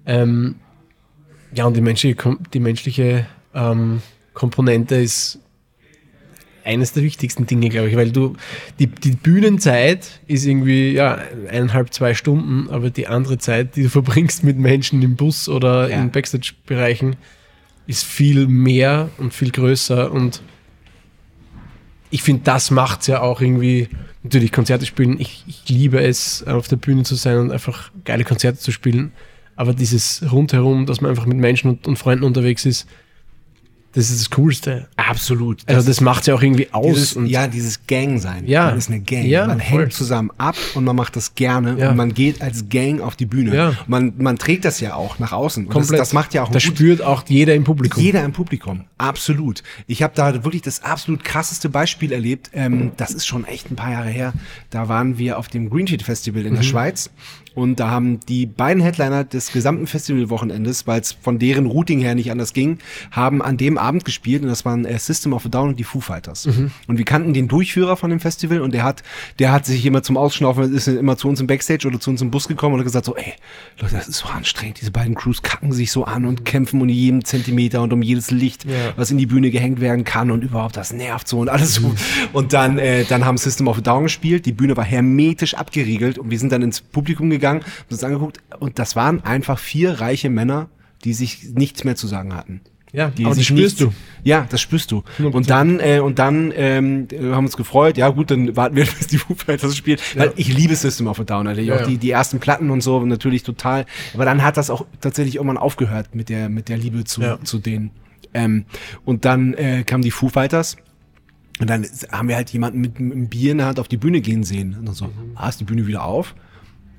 S1: Ähm, ja, und die menschliche, Kom- die menschliche ähm, Komponente ist eines der wichtigsten Dinge, glaube ich, weil du die, die Bühnenzeit ist irgendwie ja eineinhalb, zwei Stunden, aber die andere Zeit, die du verbringst mit Menschen im Bus oder
S2: Ja.
S1: in Backstage-Bereichen, ist viel mehr und viel größer und ich finde, das macht es ja auch irgendwie. Natürlich, Konzerte spielen, ich, ich liebe es, auf der Bühne zu sein und einfach geile Konzerte zu spielen. Aber dieses Rundherum, dass man einfach mit Menschen und, und Freunden unterwegs ist, das ist das Coolste.
S2: Absolut. Ah, Das
S1: Also, das macht es ja auch irgendwie aus.
S2: dieses,
S1: und
S2: ja, dieses Gang sein.
S1: Ja.
S2: Man ist eine Gang.
S1: Ja,
S2: man
S1: voll.
S2: hängt zusammen ab und man macht das gerne
S1: Ja.
S2: und man geht als Gang auf die Bühne.
S1: Ja.
S2: Man, man trägt das ja auch nach außen. Und
S1: komplett.
S2: Das, das macht ja auch
S1: Das
S2: einen guten
S1: spürt auch jeder im Publikum.
S2: Jeder im Publikum, absolut. Ich habe da wirklich das absolut krasseste Beispiel erlebt. Ähm, das ist schon echt ein paar Jahre her. Da waren wir auf dem Green Sheet Festival in der Schweiz und da haben die beiden Headliner des gesamten Festivalwochenendes, weil es von deren Routing her nicht anders ging, haben an dem Abend gespielt und das waren äh, System of a Down und die Foo Fighters. Und wir kannten den Durchführer von dem Festival und der hat, der hat sich immer zum Ausschnaufen, ist immer zu uns im Backstage oder zu uns im Bus gekommen und hat gesagt so, ey, Leute, das ist so anstrengend. Diese beiden Crews kacken sich so an und kämpfen um jeden Zentimeter und um jedes Licht, was in die Bühne gehängt werden kann und überhaupt, das nervt so und alles so. Und dann, äh, dann haben System of a Down gespielt, die Bühne war hermetisch abgeriegelt und wir sind dann ins Publikum gegangen, haben uns das angeguckt und das waren einfach vier reiche Männer, die sich nichts mehr zu sagen hatten.
S1: Ja,
S2: Die
S1: aber das
S2: sich
S1: spürst
S2: nichts- Ja, das spürst du.
S1: 100%.
S2: Und dann, äh, und dann ähm, äh, haben uns gefreut, ja gut, dann warten wir, bis die Foo Fighters spielt. Weil ich liebe System of a Down, natürlich.
S1: Ja,
S2: auch
S1: ja.
S2: Die, die ersten Platten und so, natürlich total. Aber dann hat das auch tatsächlich irgendwann aufgehört mit der, mit der Liebe zu,
S1: Ja.
S2: zu denen. Ähm, und dann äh, kamen die Foo Fighters. Und dann haben wir halt jemanden mit einem Bier in der Hand auf die Bühne gehen sehen. Und dann so,
S1: Mhm.
S2: ah, ist die Bühne wieder auf?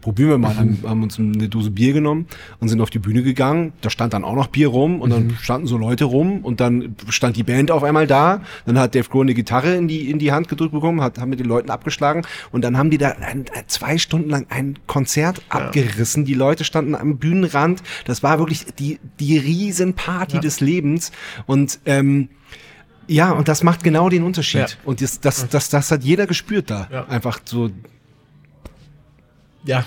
S2: Probieren wir mal. Haben, haben uns eine Dose Bier genommen und sind auf die Bühne gegangen. Da stand dann auch noch Bier rum und dann standen so Leute rum und dann stand die Band auf einmal da. Dann hat Dave Grohl eine Gitarre in die, in die Hand gedrückt bekommen, hat, haben mit den Leuten abgeschlagen und dann haben die da ein, ein, zwei Stunden lang ein Konzert abgerissen. Die Leute standen am Bühnenrand. Das war wirklich die, die Riesenparty des Lebens und, ähm, ja, und das macht genau den Unterschied.
S1: Ja.
S2: Und das, das, das, das hat jeder gespürt da.
S1: Ja.
S2: Einfach so
S1: Ja,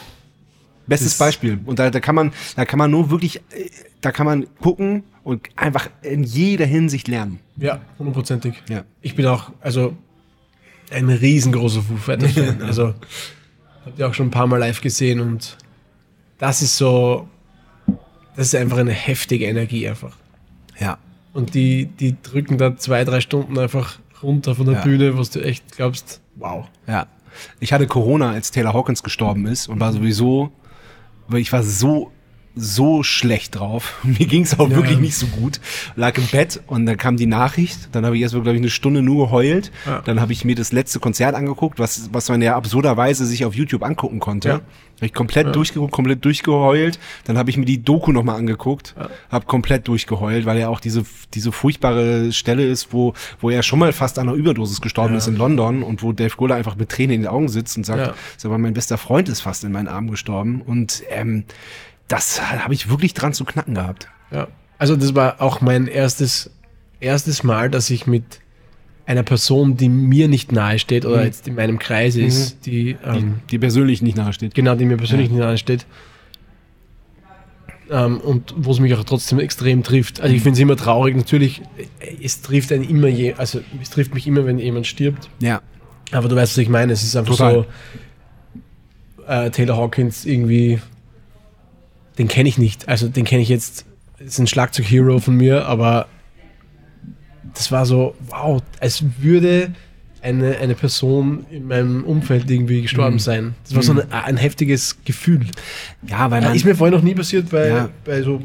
S2: bestes
S1: Das-
S2: Beispiel. Und da, da kann man, da kann man nur wirklich, äh, da kann man gucken und einfach in jeder Hinsicht lernen.
S1: ja, hundertprozentig.
S2: Ja.
S1: Ich bin auch, also ein riesengroßer Foo Fighters Fan. also hab die auch schon ein paar Mal live gesehen und das ist so, das ist einfach eine heftige Energie einfach.
S2: Ja.
S1: Und die, die drücken da zwei, drei Stunden einfach runter von der
S2: Ja.
S1: Bühne, was du echt glaubst, wow.
S2: Ja. Ich hatte Corona, als Taylor Hawkins gestorben ist und war sowieso, weil ich war so, so schlecht drauf. Mir ging's auch
S1: Ja,
S2: wirklich
S1: ja.
S2: nicht so gut. Lag im Bett und dann kam die Nachricht. Dann habe ich erst mal, glaube ich, eine Stunde nur geheult.
S1: Ja.
S2: Dann habe ich mir das letzte Konzert angeguckt, was, was man ja absurderweise sich auf YouTube angucken konnte.
S1: Ja.
S2: Hab Ich komplett durchgeguckt, komplett durchgeheult. Dann habe ich mir die Doku nochmal angeguckt, habe komplett durchgeheult, weil ja auch diese, diese furchtbare Stelle ist, wo, wo er schon mal fast an einer Überdosis gestorben ist in London und wo Dave Grohl einfach mit Tränen in den Augen sitzt und sagt,
S1: Ja.
S2: "Sag mal, mein bester Freund ist fast in meinen Armen gestorben. Und ähm, das habe ich wirklich dran zu knacken gehabt.
S1: Ja. Also das war auch mein erstes, erstes Mal, dass ich mit einer Person, die mir nicht nahe steht oder
S2: Mhm.
S1: jetzt in meinem Kreis ist, die, ähm,
S2: Die persönlich nicht nahesteht.
S1: genau, die mir persönlich nicht ansteht. Ähm, und wo es mich auch trotzdem extrem trifft. Also ich finde es immer traurig. Natürlich, äh, es trifft einen immer je, also es trifft mich immer, wenn jemand stirbt.
S2: Ja.
S1: Aber du weißt, was ich meine. Es ist einfach
S2: Total.
S1: so, äh, Taylor Hawkins irgendwie, den kenne ich nicht. Also den kenne ich jetzt, ist ein Schlagzeug-Hero von mir, aber das war so, wow, als würde eine, eine Person in meinem Umfeld irgendwie gestorben
S2: Mhm.
S1: sein. Das war so ein, ein heftiges Gefühl.
S2: Ja, weil
S1: Ja,
S2: man.
S1: ist mir vorher noch nie passiert bei,
S2: Ja.
S1: bei so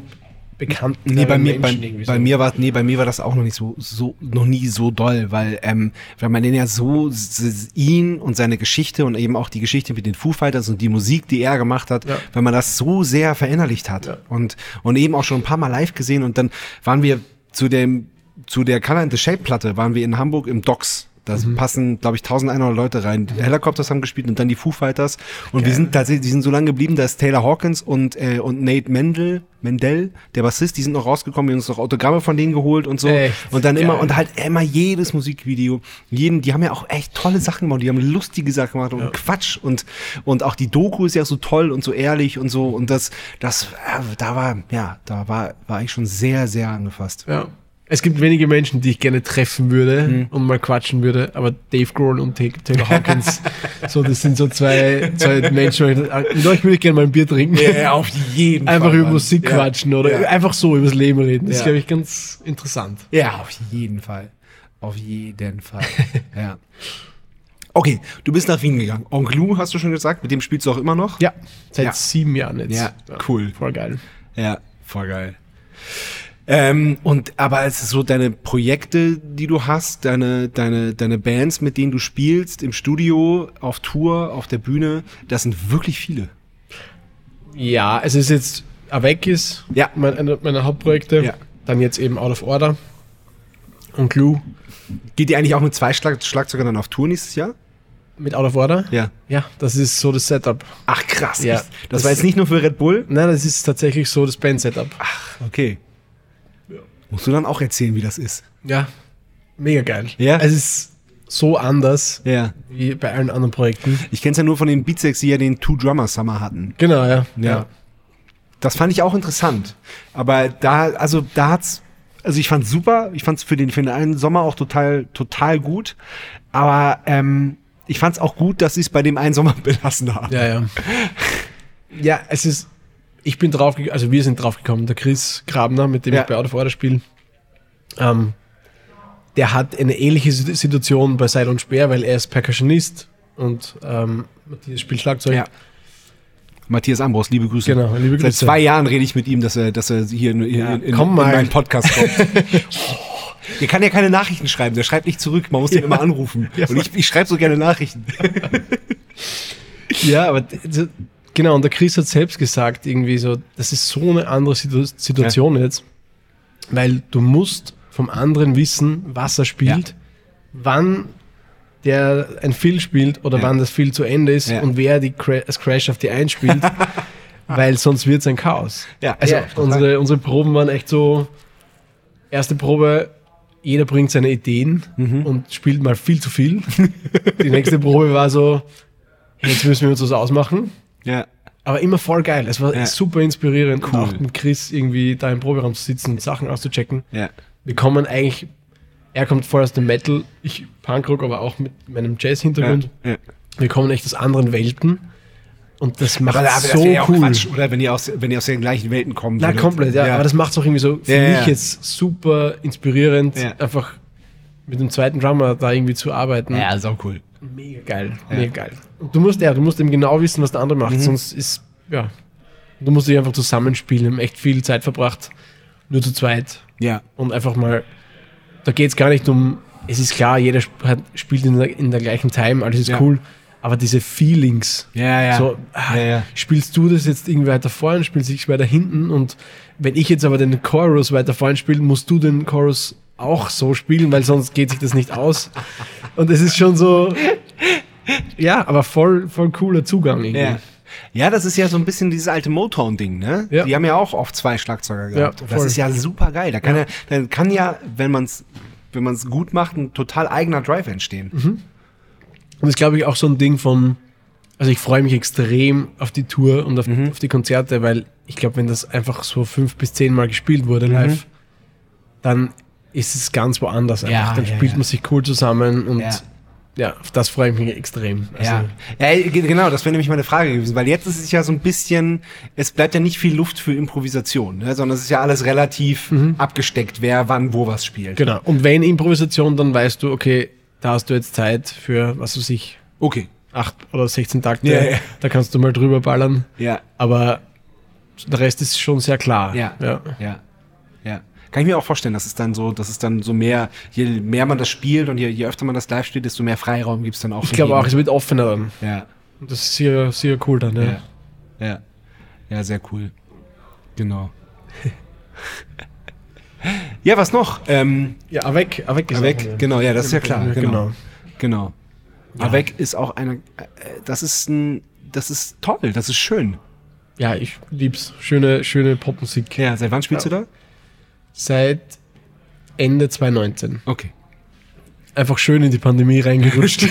S1: bekannten
S2: Nee, bei
S1: äh,
S2: mir, bei,
S1: Menschen irgendwie
S2: bei
S1: so.
S2: mir war, nee, bei mir war das auch noch nicht so, so, noch nie so doll, weil, ähm, weil man den ja so, s- s- ihn und seine Geschichte und eben auch die Geschichte mit den Foo Fighters und die Musik, die er gemacht hat,
S1: Ja.
S2: weil man das so sehr verinnerlicht hat
S1: Ja.
S2: und, und eben auch schon ein paar Mal live gesehen und dann waren wir zu dem, zu der Color in the Shape Platte waren wir in Hamburg im Docks. Da
S1: Mhm.
S2: passen, glaube ich, 1100 Leute rein. Die Helicopters haben gespielt und dann die Foo Fighters. Und wir sind tatsächlich, die sind so lange geblieben, dass Taylor Hawkins und, äh, und Nate Mendel, Mendel, der Bassist, die sind noch rausgekommen, wir haben uns noch Autogramme von denen geholt und so.
S1: Echt?
S2: Und dann immer,
S1: Geil.
S2: und halt immer jedes Musikvideo, jeden, die haben ja auch echt tolle Sachen gemacht, die haben lustige Sachen gemacht und Quatsch und, und auch die Doku ist ja so toll und so ehrlich und so. Und das, das, äh, da war, ja, da war, war ich schon sehr, sehr angefasst.
S1: Ja. Hm. Es gibt wenige Menschen, die ich gerne treffen würde und mal quatschen würde, aber Dave Grohl und Ta- Taylor Hawkins, so, das sind so zwei, zwei Menschen, wo ich, ah, mit euch würde ich gerne mal ein Bier trinken.
S2: auf jeden
S1: einfach über
S2: Mann.
S1: Musik
S2: Ja.
S1: quatschen oder
S2: Ja.
S1: einfach so übers Leben reden. Das ist,
S2: Ja.
S1: glaube ich, ganz interessant.
S2: Ja, auf jeden Fall. Auf jeden Fall. ja. Okay, du bist nach Wien gegangen. Onkel Lou hast du schon gesagt, mit dem spielst du auch immer noch?
S1: Ja, seit
S2: Ja.
S1: sieben Jahren jetzt.
S2: Ja, cool.
S1: Voll geil.
S2: Ja, voll geil. Ähm, und aber es ist so deine Projekte, die du hast, deine, deine, deine Bands, mit denen du spielst, im Studio, auf Tour, auf der Bühne, das sind wirklich viele.
S1: Ja, es ist jetzt Avec ist
S2: Ja.
S1: mein, einer meiner Hauptprojekte.
S2: Ja.
S1: Dann jetzt eben Out of Order und Glue
S2: Geht ihr eigentlich auch mit zwei Schlag Schlagzeugern dann auf Tour nächstes Jahr?
S1: mit Out of Order.
S2: Ja.
S1: Ja, das ist so das Setup.
S2: Ach krass,
S1: Ja.
S2: echt? Das, war jetzt nicht nur für Red Bull.
S1: Nein, das ist tatsächlich so das Band-Setup.
S2: Okay. Musst du dann auch erzählen, wie das ist.
S1: Ja, mega geil.
S2: Ja.
S1: Es ist so anders
S2: Ja.
S1: wie bei allen anderen Projekten.
S2: Ich kenn's ja nur von den Beatsex, die ja den Two Drummer Summer hatten.
S1: Genau, ja.
S2: Ja. Das fand ich auch interessant. Aber da, also da hat's, also ich fand's super. Ich fand's für den für den einen Sommer auch total, total gut. Aber ähm, ich fand's auch gut, dass sie es bei dem einen Sommer belassen haben.
S1: Ja, ja. ja, es ist. Ich bin drauf, also wir sind drauf gekommen. Der Chris Grabner, mit dem
S2: Ja.
S1: ich bei Out of Order spiele, ähm, der hat eine ähnliche Sit- Situation bei Seil und Speer, weil er ist Percussionist und ähm, Matthias spielt Schlagzeug.
S2: Ja. Matthias Ambros, liebe Grüße.
S1: Genau, liebe
S2: Seit
S1: Grüße.
S2: zwei Jahren rede ich mit ihm, dass er, dass er hier in, in, in,
S1: komm
S2: in
S1: mal.
S2: meinen Podcast kommt. Der kann ja keine Nachrichten schreiben, der schreibt nicht zurück, man muss den immer anrufen. Und ich, ich schreibe so gerne Nachrichten.
S1: Ja, aber d- d- genau, und der Chris hat selbst gesagt, irgendwie so, das ist so eine andere Situ Situation jetzt, weil du musst vom anderen wissen, was er spielt, wann der ein Phil spielt oder
S2: Ja.
S1: wann das Phil zu Ende ist
S2: Ja.
S1: und wer die Cra das Crash auf die 1 spielt, weil sonst wird es ein Chaos.
S2: Ja,
S1: also
S2: ja, total.
S1: unsere, unsere Proben waren echt so, erste Probe, jeder bringt seine Ideen
S2: Mhm.
S1: und spielt mal viel zu viel. die nächste Probe war so, hey, jetzt müssen wir uns was ausmachen.
S2: Ja.
S1: Aber immer voll geil. Es war
S2: Ja.
S1: super inspirierend,
S2: Cool.
S1: auch mit Chris irgendwie da im Proberaum zu sitzen und Sachen auszuchecken.
S2: Ja.
S1: Wir kommen eigentlich, er kommt voll aus dem Metal, ich Punkrock, aber auch mit meinem
S2: ja.
S1: Jazz-Hintergrund.
S2: ja.
S1: Wir kommen echt aus anderen Welten und das macht
S2: Aber das
S1: so
S2: wäre ja auch
S1: cool.
S2: Quatsch, oder? Wenn ihr aus, wenn ihr aus den gleichen Welten kommen
S1: Na,
S2: würdet.
S1: komplett, ja. Aber das macht es auch irgendwie so für
S2: Ja, ja,
S1: mich
S2: ja.
S1: jetzt super inspirierend,
S2: Ja.
S1: einfach mit dem zweiten Drummer da irgendwie zu arbeiten.
S2: ja, ist auch cool.
S1: Mega geil, mega geil. Und du musst ja, du musst eben genau wissen, was der andere
S2: Mhm.
S1: macht, sonst ist, ja. Du musst dich einfach zusammenspielen, Wir haben echt viel Zeit verbracht, nur zu zweit
S2: Ja.
S1: und einfach mal, da geht es gar nicht um, es ist klar, jeder sp- hat, spielt in der, in der gleichen Time, alles ist
S2: Ja.
S1: cool, aber diese Feelings,
S2: Ja, ja.
S1: so, ah,
S2: Ja, ja.
S1: spielst du das jetzt irgendwie weiter vorne, spielst ich weiter hinten und wenn ich jetzt aber den Chorus weiter vorne spiele, musst du den Chorus auch so spielen, weil sonst geht sich das nicht aus. Und es ist schon so, ja, aber voll, voll cooler Zugang irgendwie.
S2: Ja. ja, das ist ja so ein bisschen dieses alte Motown-Ding, ne?
S1: Ja.
S2: Die haben ja auch oft zwei Schlagzeuger gehabt.
S1: Ja,
S2: das
S1: voll.
S2: ist ja super geil. Da kann ja, dann kann ja, wenn man es wenn man es gut macht, ein total eigener Drive entstehen.
S1: Mhm. Und das ist, glaube ich, auch so ein Ding von, also ich freue mich extrem auf die Tour und auf,
S2: Mhm.
S1: auf die Konzerte, weil ich glaube, wenn das einfach so fünf bis zehn Mal gespielt
S2: Mhm.
S1: wurde live, dann ist es ganz woanders einfach. dann
S2: ja,
S1: spielt
S2: ja.
S1: man sich cool zusammen und
S2: Ja.
S1: ja, auf das freue ich mich extrem. Also,
S2: ja, ge- genau, das wäre nämlich meine Frage gewesen, weil jetzt ist es ja so ein bisschen, es bleibt ja nicht viel Luft für Improvisation, ne? sondern es ist ja alles relativ abgesteckt, wer wann wo was spielt.
S1: Mhm. Genau. Und wenn Improvisation, dann weißt du, okay, da hast du jetzt Zeit für, was weiß ich,
S2: Okay.
S1: acht oder 16 Takte.
S2: Ja, ja.
S1: Da kannst du mal drüber ballern.
S2: Ja,
S1: Aber der Rest ist schon sehr klar.
S2: Ja. Ja. Ja. Kann ich mir auch vorstellen, dass es dann so, dass es dann so mehr, je mehr man das spielt und je, je öfter man das live spielt, desto mehr Freiraum gibt es dann auch.
S1: Ich glaube auch, es wird offener dann.
S2: Ja.
S1: Und Das ist sehr, sehr cool dann, ja.
S2: Ja. Ja. Ja, sehr cool. Genau. ja, was noch? Ähm,
S1: Ja, Avec, Avec Ah, ist auch
S2: Avec,
S1: eine-
S2: genau, ja, das ist ja klar.
S1: Ja,
S2: Genau.
S1: genau.
S2: Genau. Avec ist auch eine, äh, das ist ein, das ist toll, das ist schön.
S1: Ja, ich lieb's. Schöne, schöne Popmusik.
S2: Ja, seit wann spielst du
S1: Seit Ende 2019.
S2: da? Okay.
S1: Einfach schön in die Pandemie reingerutscht.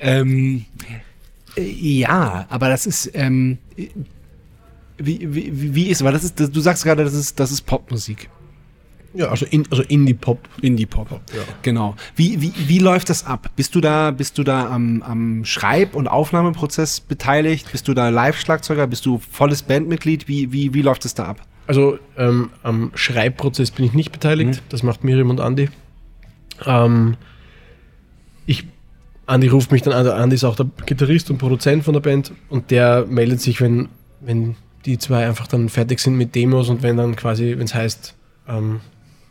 S2: Ähm, äh, ja, aber das ist, ähm, äh, wie, wie, wie- wie ist, weil das ist, das, du sagst gerade, das ist, das ist Popmusik.
S1: ja, also, in, also Indie-Pop.
S2: Indie-Pop. Genau. Wie, wie, wie läuft das ab? Bist du da, bist du da am, am Schreib- und Aufnahmeprozess beteiligt? Bist du da Live-Schlagzeuger? Bist du volles Bandmitglied? Wie, wie, wie läuft es da ab?
S1: Also ähm, am Schreibprozess bin ich nicht
S2: Mhm.
S1: beteiligt. Das macht Miriam und Andi. Ähm, ich, Andi ruft mich dann an. Andi ist auch der Gitarrist und Produzent von der Band und der meldet sich, wenn, wenn die zwei einfach dann fertig sind mit Demos und wenn dann quasi, wenn es heißt ähm,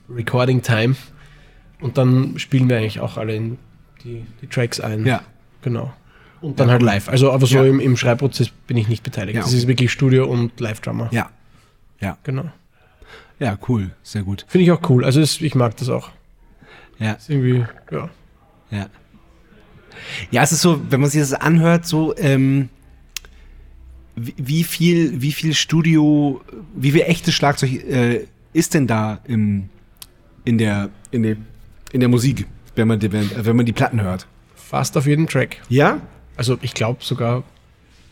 S1: Recording Time und dann spielen wir eigentlich auch alle in die, die Tracks ein.
S2: Ja.
S1: Genau. Und dann halt live. Also aber so
S2: Ja.
S1: im, im Schreibprozess bin ich nicht beteiligt.
S2: Ja.
S1: Das ist wirklich Studio und Live-Drummer.
S2: Ja. Ja.
S1: Genau.
S2: Ja, cool. Sehr gut.
S1: Finde ich auch cool. Also es, ich mag das auch.
S2: Ja.
S1: Ist irgendwie, ja.
S2: Ja. Ja, es ist so, wenn man sich das anhört, so, ähm, wie, wie viel, wie viel Studio, wie viel echtes Schlagzeug äh, ist denn da im, in der, in der, in der Musik, wenn man, die, wenn, wenn man die Platten hört?
S1: Fast auf jeden Track.
S2: Ja?
S1: Also ich glaube sogar,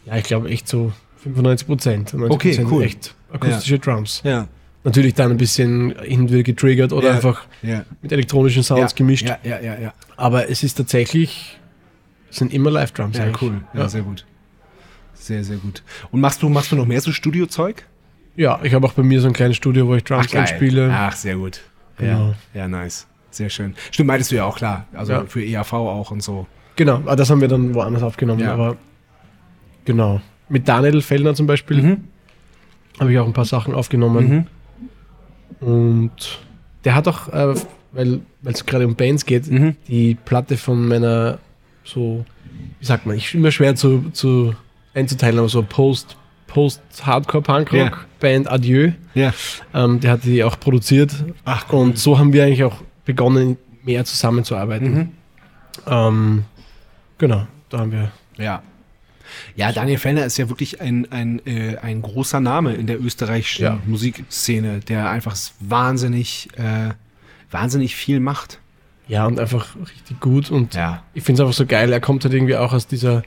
S1: ja, ich glaube echt so 95 Prozent.
S2: Okay, cool.
S1: Echt akustische Drums.
S2: Ja.
S1: Natürlich dann ein bisschen hin und wieder getriggert oder
S2: Ja.
S1: einfach
S2: Ja.
S1: mit elektronischen Sounds
S2: ja.
S1: gemischt.
S2: Ja, ja, ja, ja.
S1: Aber es ist tatsächlich, es sind immer Live-Drums.
S2: Sehr
S1: eigentlich.
S2: cool. Also Ja,
S1: Ja,
S2: sehr gut. Sehr, sehr gut. Und machst du, machst du noch mehr so Studiozeug?
S1: ja ich habe auch bei mir so ein kleines Studio, wo ich Drums
S2: geil.
S1: einspiele.
S2: Ach, sehr gut.
S1: Genau.
S2: Ja, ja, nice. Sehr schön. Stimmt, meintest du ja auch, klar. Also
S1: Ja.
S2: für EAV auch und so.
S1: Genau, ah, das haben wir dann woanders aufgenommen,
S2: Ja.
S1: aber genau. Mit Daniel Fellner zum Beispiel habe ich auch ein paar Sachen aufgenommen.
S2: Mhm.
S1: Und der hat auch, äh, weil weil es gerade um Bands geht,
S2: Mhm.
S1: die Platte von meiner so, wie sagt man, ich immer schwer zu, zu einzuteilen, aber so Post, Post-Hardcore-Punk-Rock-Band Adieu.
S2: Ja.
S1: Ähm, der hat die auch produziert.
S2: Ach,
S1: Und so haben wir eigentlich auch begonnen, mehr zusammenzuarbeiten.
S2: Mhm.
S1: Ähm, genau, da haben wir.
S2: Ja. Ja, Daniel Fellner ist ja wirklich ein, ein, äh, ein großer Name in der österreichischen
S1: Ja.
S2: Musikszene, der einfach wahnsinnig, äh, wahnsinnig viel macht.
S1: Ja, und einfach richtig gut. Und
S2: Ja.
S1: ich finde es einfach so geil. Er kommt halt irgendwie auch aus dieser.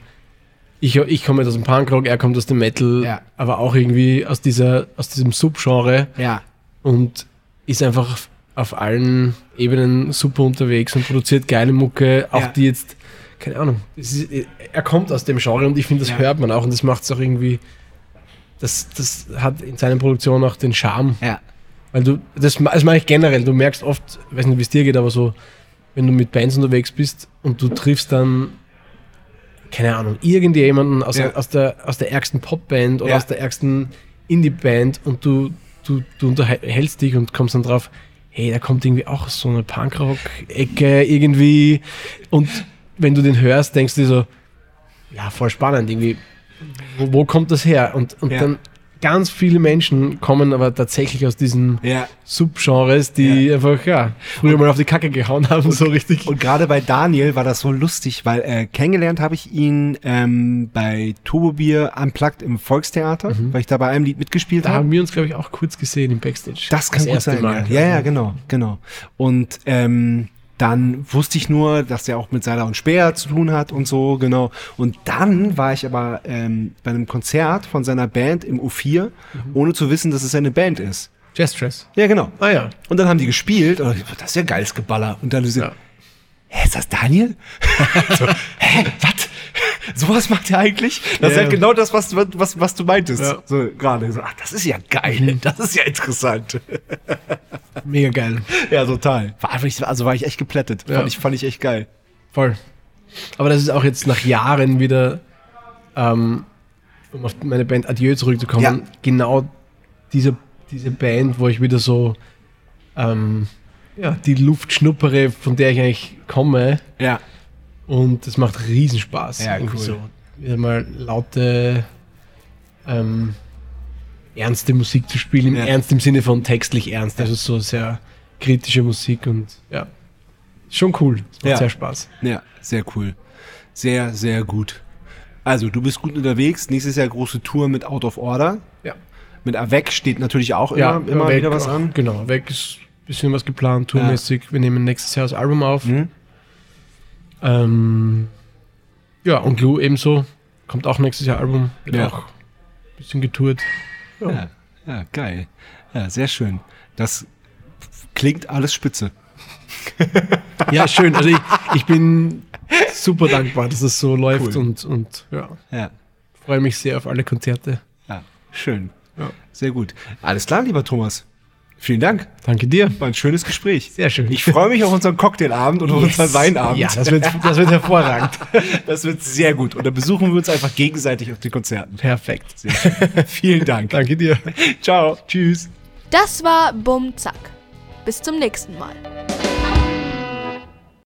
S1: Ich, ich komme jetzt aus dem Punkrock, er kommt aus dem Metal,
S2: Ja.
S1: aber auch irgendwie aus, dieser, aus diesem Subgenre
S2: Ja.
S1: und ist einfach auf, auf allen Ebenen super unterwegs und produziert geile Mucke, auch
S2: Ja.
S1: die jetzt, keine Ahnung, es ist, er kommt aus dem Genre und ich finde, das
S2: Ja.
S1: hört man auch und das macht es auch irgendwie, das, das hat in seinen Produktionen auch den Charme
S2: Ja.
S1: Weil du, das, ma- das mache ich generell, du merkst oft, ich weiß nicht, wie es dir geht, aber so, wenn du mit Bands unterwegs bist und du triffst dann, keine Ahnung, irgendjemanden aus,
S2: Ja.
S1: aus, der, aus der ärgsten Popband oder
S2: Ja.
S1: aus der ärgsten Indie-Band und du, du, du unterhältst dich und kommst dann drauf, hey, da kommt irgendwie auch aus so eine Punkrock-Ecke irgendwie und wenn du den hörst, denkst du dir so, ja, voll spannend irgendwie, wo, wo kommt das her? Und, und
S2: Ja.
S1: dann ganz viele Menschen kommen aber tatsächlich aus diesen
S2: Ja.
S1: Subgenres, die einfach ja, früher mal auf die Kacke gehauen haben, so richtig.
S2: Und gerade bei Daniel war das so lustig, weil äh, kennengelernt habe ich ihn ähm, bei Turbo Bier Unplugged im Volkstheater, weil ich da bei einem Lied mitgespielt
S1: Mhm. da
S2: habe.
S1: haben wir uns, glaube ich, auch kurz gesehen im Backstage.
S2: Das kann gut
S1: erste
S2: sein.
S1: Mal. ne?
S2: Ja, ja, ja, genau, genau. Und ähm, dann wusste ich nur, dass er auch mit Seiler und Speer zu tun hat und so, genau. Und dann war ich aber ähm, bei einem Konzert von seiner Band im U4,
S1: Mhm.
S2: ohne zu wissen, dass es eine Band ist.
S1: Jazz Dress.
S2: Ja, genau.
S1: Ah ja.
S2: Und dann haben die gespielt und ich, dachte, das ist ja geiles Geballer. Und dann so,
S1: Ja.
S2: hä, ist das Daniel? so, hä, was? Sowas macht er eigentlich? Das ist
S1: Ja,
S2: halt
S1: ja.
S2: genau das, was, du- was, was du meintest.
S1: Ja. Mhm.
S2: So gerade. So, ach, das ist ja geil. Das ist ja interessant.
S1: Mega geil.
S2: Ja, total. War einfach nicht- also war ich echt geplättet.
S1: Ja.
S2: Fand, ich, fand ich echt geil.
S1: Voll. Aber das ist auch jetzt nach Jahren wieder, ähm, um auf meine Band Adieu zurückzukommen,
S2: Ja.
S1: genau diese, diese Band, wo ich wieder so ähm, ja, die Luft schnuppere, von der ich eigentlich komme.
S2: Ja.
S1: Und das macht Riesenspaß.
S2: Ja,
S1: Irgendwie
S2: cool.
S1: wieder mal laute, ähm, ernste Musik zu spielen. Im
S2: Ja.
S1: Ernst im Sinne von textlich ernst. Also so sehr kritische Musik und ja. Ist Schon cool. Es macht
S2: Ja.
S1: sehr Spaß.
S2: Ja, sehr cool. Sehr, sehr gut. Also, du bist gut unterwegs. Nächstes Jahr große Tour mit Out of Order.
S1: Ja.
S2: Mit Avec steht natürlich auch immer,
S1: ja,
S2: immer
S1: Weg
S2: wieder was
S1: auch,
S2: an.
S1: Genau, weg ist ein bisschen was geplant, tourmäßig. Wir nehmen nächstes Jahr das Album auf.
S2: Mhm.
S1: Ähm, ja, und Glue ebenso. Kommt auch nächstes Jahr Album. Wird
S2: Ja.
S1: auch ein bisschen getourt.
S2: Ja, ja, geil. Ja, sehr schön. Das klingt alles spitze.
S1: Ja, schön. Also ich, ich bin super dankbar, dass es so läuft
S2: Cool.
S1: und, und ja,
S2: Ja,
S1: freue mich sehr auf alle Konzerte.
S2: ja schön. Sehr gut. Alles klar, lieber Thomas. Vielen Dank.
S1: Danke dir.
S2: War ein schönes Gespräch.
S1: Sehr schön.
S2: Ich freue mich auf unseren Cocktailabend und auf unseren Weinabend.
S1: Ja, das wird, das wird hervorragend.
S2: das wird sehr gut. Und dann besuchen wir uns einfach gegenseitig auf den Konzerten.
S1: Perfekt.
S2: Sehr schön. Vielen Dank.
S1: Danke dir.
S2: Ciao. Tschüss.
S3: Das war Bumm Zack. Bis zum nächsten Mal.